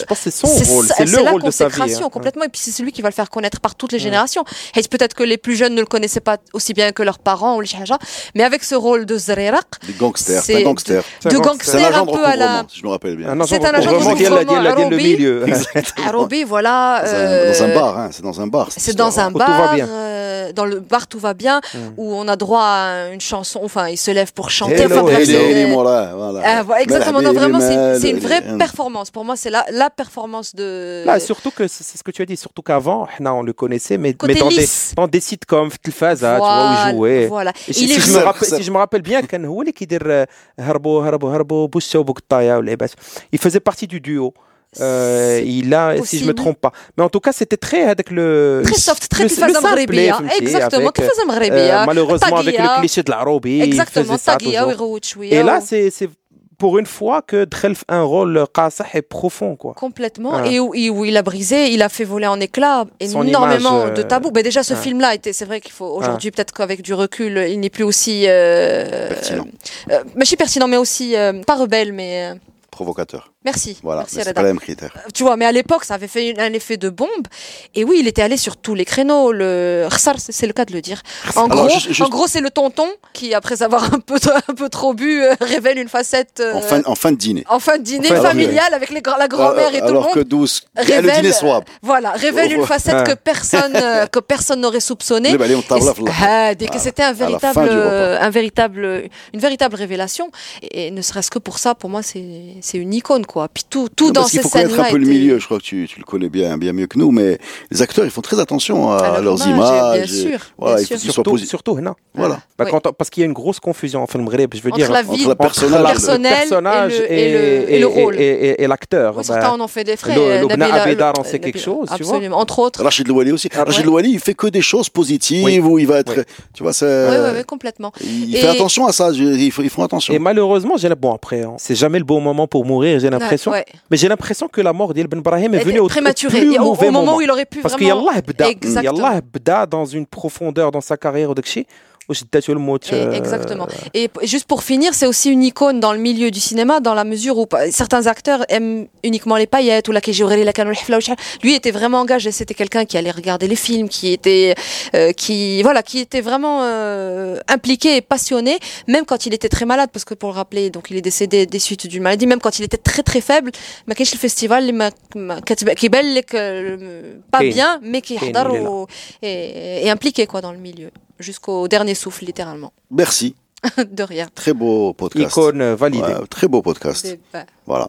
[SPEAKER 3] Je pense que c'est son rôle,
[SPEAKER 2] ça-
[SPEAKER 3] c'est le
[SPEAKER 2] la
[SPEAKER 3] rôle de sa vie.
[SPEAKER 2] consécration
[SPEAKER 3] hein.
[SPEAKER 2] complètement et puis c'est celui qui va le faire connaître par toutes les
[SPEAKER 3] Mm.
[SPEAKER 2] générations. Et peut-être que les plus jeunes ne le connaissaient pas aussi bien que leurs parents ou les chaja, mais avec ce rôle de Zrerak,
[SPEAKER 1] Des gangsters,
[SPEAKER 2] C'est-
[SPEAKER 1] un gangster.
[SPEAKER 3] C'est
[SPEAKER 2] de
[SPEAKER 3] un
[SPEAKER 2] gangster
[SPEAKER 1] C'est
[SPEAKER 2] un
[SPEAKER 1] l'agent de
[SPEAKER 2] peu à la-
[SPEAKER 1] recouvrement, si je me rappelle bien.
[SPEAKER 3] Un agent
[SPEAKER 2] C'est un
[SPEAKER 3] de
[SPEAKER 2] agent de
[SPEAKER 3] recouvrement qui est la- qui est la- qui est le
[SPEAKER 2] recouvrement,
[SPEAKER 3] milieu.
[SPEAKER 2] Arobi, voilà.
[SPEAKER 1] Dans un-
[SPEAKER 2] Ah, euh,
[SPEAKER 1] dans un bar, hein, c'est dans un bar. cette
[SPEAKER 2] C'est dans
[SPEAKER 1] histoire.
[SPEAKER 2] un
[SPEAKER 3] Où tout va
[SPEAKER 2] bar,
[SPEAKER 3] bien.
[SPEAKER 2] euh, dans le bar tout va bien,
[SPEAKER 3] Mm.
[SPEAKER 2] où on a droit à une chanson, enfin il se lève pour chanter.
[SPEAKER 3] Hello,
[SPEAKER 2] enfin, bref,
[SPEAKER 3] hello.
[SPEAKER 2] c'est-
[SPEAKER 1] Hélène et Mola, voilà.
[SPEAKER 2] Ah, voilà, exactement,
[SPEAKER 1] Malhabib,
[SPEAKER 2] non, vraiment c'est
[SPEAKER 1] Mal-
[SPEAKER 2] c'est une vraie
[SPEAKER 1] Hélène.
[SPEAKER 2] performance. Pour moi c'est la, la performance de...
[SPEAKER 3] Là, surtout que c'est c'est ce que tu as dit, surtout qu'avant, حنا, on le connaissait, mais, mais
[SPEAKER 2] côté
[SPEAKER 3] dans, des,
[SPEAKER 2] lisse.
[SPEAKER 3] dans des sites comme Telfaza, tu vois, où il jouait.
[SPEAKER 2] Voilà.
[SPEAKER 3] Et
[SPEAKER 2] Il
[SPEAKER 3] Si,
[SPEAKER 2] est
[SPEAKER 3] si, je
[SPEAKER 1] joueur,
[SPEAKER 3] me rappelle,
[SPEAKER 1] ça.
[SPEAKER 3] si je me rappelle bien, كان هو اللي كيدير آه، هربوا هربوا هربوا بوشا وبقطايا والعباد. Il faisait partie du duo. Euh, il a, si je me
[SPEAKER 2] possible.
[SPEAKER 3] trompe pas. Mais en tout cas, c'était très avec le.
[SPEAKER 2] très soft, très
[SPEAKER 3] le- le
[SPEAKER 2] Tifaza
[SPEAKER 3] simple play,
[SPEAKER 2] Mghribiya.
[SPEAKER 3] فهمتي,
[SPEAKER 2] Exactement,
[SPEAKER 3] avec, euh,
[SPEAKER 2] Tifaza Mghribiya.
[SPEAKER 3] malheureusement, avec
[SPEAKER 2] Taguia.
[SPEAKER 3] le cliché de l'arobi. il
[SPEAKER 2] Exactement,
[SPEAKER 3] faisait ça
[SPEAKER 2] Taguia
[SPEAKER 3] toujours.
[SPEAKER 2] ويغوت شوية
[SPEAKER 3] Et
[SPEAKER 2] و-
[SPEAKER 3] là, c'est c'est pour une fois que Drelf a un rôle قاصح et profond, quoi.
[SPEAKER 2] Complètement.
[SPEAKER 3] Voilà.
[SPEAKER 2] Et, où, et où il a brisé, il a fait voler en éclats
[SPEAKER 3] Son
[SPEAKER 2] énormément
[SPEAKER 3] image, euh,
[SPEAKER 2] de tabous. Mais déjà, ce
[SPEAKER 3] ouais.
[SPEAKER 2] film-là était, c'est vrai qu'il faut, aujourd'hui, peut-être qu'avec du recul, il n'est plus aussi, euh,
[SPEAKER 1] Pertinent,
[SPEAKER 2] euh, mais je suis pertinent, mais aussi, euh, pas rebelle, mais, euh,
[SPEAKER 1] provocateur.
[SPEAKER 2] merci.
[SPEAKER 1] Voilà,
[SPEAKER 2] Merci,
[SPEAKER 1] mais c'est
[SPEAKER 2] Reda.
[SPEAKER 1] pas le même critère.
[SPEAKER 2] Tu vois, mais à l'époque, ça avait fait une- un effet de bombe. Et oui, il était allé sur tous les créneaux. Le Khsar, c'est c'est le cas de le dire. En
[SPEAKER 1] Alors,
[SPEAKER 2] gros,
[SPEAKER 1] juste- juste-
[SPEAKER 2] en gros, c'est le tonton qui, après avoir un peu, un peu trop bu, euh, révèle une facette. euh,
[SPEAKER 1] En fin, en fin de dîner.
[SPEAKER 2] en fin de dîner
[SPEAKER 3] En fin de
[SPEAKER 2] familial avec les, gra- la grand-mère et tout le
[SPEAKER 1] Bah, Euh, Alors
[SPEAKER 2] monde.
[SPEAKER 1] que 12,
[SPEAKER 2] révèle-
[SPEAKER 1] le dîner swab.
[SPEAKER 2] Voilà, révèle
[SPEAKER 1] Oh,
[SPEAKER 2] une
[SPEAKER 1] oh.
[SPEAKER 2] facette
[SPEAKER 3] Ah.
[SPEAKER 2] que personne euh, que personne n'aurait soupçonné.
[SPEAKER 1] bah, Allez, on
[SPEAKER 2] Et
[SPEAKER 1] table
[SPEAKER 2] c'est- Ah, dès que
[SPEAKER 1] Voilà.
[SPEAKER 2] c'était un
[SPEAKER 1] fin du
[SPEAKER 2] véritable,
[SPEAKER 1] repas.
[SPEAKER 2] euh, un véritable, une véritable révélation. Et, et ne serait-ce que pour ça, pour moi, c'est c'est une icône quoi. Puis tout, tout
[SPEAKER 1] Non,
[SPEAKER 2] dans
[SPEAKER 1] parce qu'il
[SPEAKER 2] ces
[SPEAKER 1] faut connaître
[SPEAKER 2] scènes-là.
[SPEAKER 1] un peu le
[SPEAKER 2] était-
[SPEAKER 1] milieu, je crois que tu, tu le connais bien, bien mieux que nous, mais les acteurs, ils font très attention à,
[SPEAKER 2] à leur
[SPEAKER 1] euh, leurs
[SPEAKER 2] image,
[SPEAKER 1] images.
[SPEAKER 2] Bien
[SPEAKER 1] et-
[SPEAKER 2] sûr.
[SPEAKER 1] voilà,
[SPEAKER 2] bien
[SPEAKER 1] il faut
[SPEAKER 2] sûr.
[SPEAKER 1] qu'ils soient
[SPEAKER 3] Surtout,
[SPEAKER 1] posi-
[SPEAKER 3] surtout, non.
[SPEAKER 1] Voilà.
[SPEAKER 3] Bah,
[SPEAKER 2] Oui.
[SPEAKER 3] quand on- parce qu'il y a une grosse confusion en film Maghreb, je veux
[SPEAKER 2] Entre
[SPEAKER 3] dire.
[SPEAKER 2] la
[SPEAKER 1] Entre
[SPEAKER 2] ville,
[SPEAKER 1] la personnage,
[SPEAKER 3] la-
[SPEAKER 2] personne- personnage et le- et le- et le rôle.
[SPEAKER 3] et, et- et l'acteur.
[SPEAKER 2] oui,
[SPEAKER 3] bah,
[SPEAKER 2] certains en ont fait des frais.
[SPEAKER 3] le-
[SPEAKER 2] euh,
[SPEAKER 3] le Bna
[SPEAKER 2] Nabila-
[SPEAKER 3] Abedar,
[SPEAKER 2] le-
[SPEAKER 3] on sait quelque chose,
[SPEAKER 2] Nabila-
[SPEAKER 3] tu vois.
[SPEAKER 2] Absolument. Entre autres.
[SPEAKER 1] Rachid Louali aussi.
[SPEAKER 3] Ah,
[SPEAKER 1] Rachid
[SPEAKER 2] ouais.
[SPEAKER 1] Louali, il fait que des choses positives
[SPEAKER 3] Oui.
[SPEAKER 1] où il va être.
[SPEAKER 3] Oui.
[SPEAKER 1] Tu vois, ça,
[SPEAKER 2] Oui, oui, oui, complètement.
[SPEAKER 1] il
[SPEAKER 2] Et-
[SPEAKER 1] fait attention à ça. je- Ils font, ils font attention.
[SPEAKER 3] Et malheureusement, j'ai la- bon après, hein, c'est jamais le bon moment pour mourir, j'ai l'impression.
[SPEAKER 2] Ouais.
[SPEAKER 3] Mais j'ai l'impression que la mort d'Ibn Brahim est
[SPEAKER 2] Elle était
[SPEAKER 3] venue au, au
[SPEAKER 2] prématurée.
[SPEAKER 3] plus
[SPEAKER 2] Et au-
[SPEAKER 3] mauvais
[SPEAKER 2] au moment
[SPEAKER 3] moment.
[SPEAKER 2] où il aurait pu
[SPEAKER 3] Parce que
[SPEAKER 2] vraiment.
[SPEAKER 3] يلاه بدا
[SPEAKER 2] Exactement.
[SPEAKER 3] يلاه بدا dans une profondeur dans sa carrière وداكشي وشدته الموت
[SPEAKER 2] Et-
[SPEAKER 3] euh,
[SPEAKER 2] Eh, Exactement. Et p- juste pour finir, c'est aussi une icône dans le milieu du cinéma, dans la mesure où pa- certains acteurs aiment uniquement les paillettes ou la kéjiouré, la canon, le hifla, ou chal. Lui était vraiment engagé. C'était quelqu'un qui allait regarder les films, qui était, euh, qui, voilà, qui était vraiment euh, impliqué et passionné, même quand il était très malade, parce que pour le rappeler, donc il est décédé des suites d'une maladie, même quand il était très très faible. Mais qu'est-ce que le festival les ma- ma- كتب- كيبان لك، euh, pas
[SPEAKER 3] كاين.
[SPEAKER 2] bien, mais qui
[SPEAKER 3] كاين،
[SPEAKER 2] يحضر
[SPEAKER 3] il est là.
[SPEAKER 2] و- et, et impliqué quoi dans le milieu jusqu'au dernier souffle littéralement.
[SPEAKER 1] Merci.
[SPEAKER 2] De rien.
[SPEAKER 1] Très beau podcast.
[SPEAKER 3] icône euh, validée.
[SPEAKER 1] Ouais, très beau podcast.
[SPEAKER 2] C'est pas-
[SPEAKER 1] Voilà.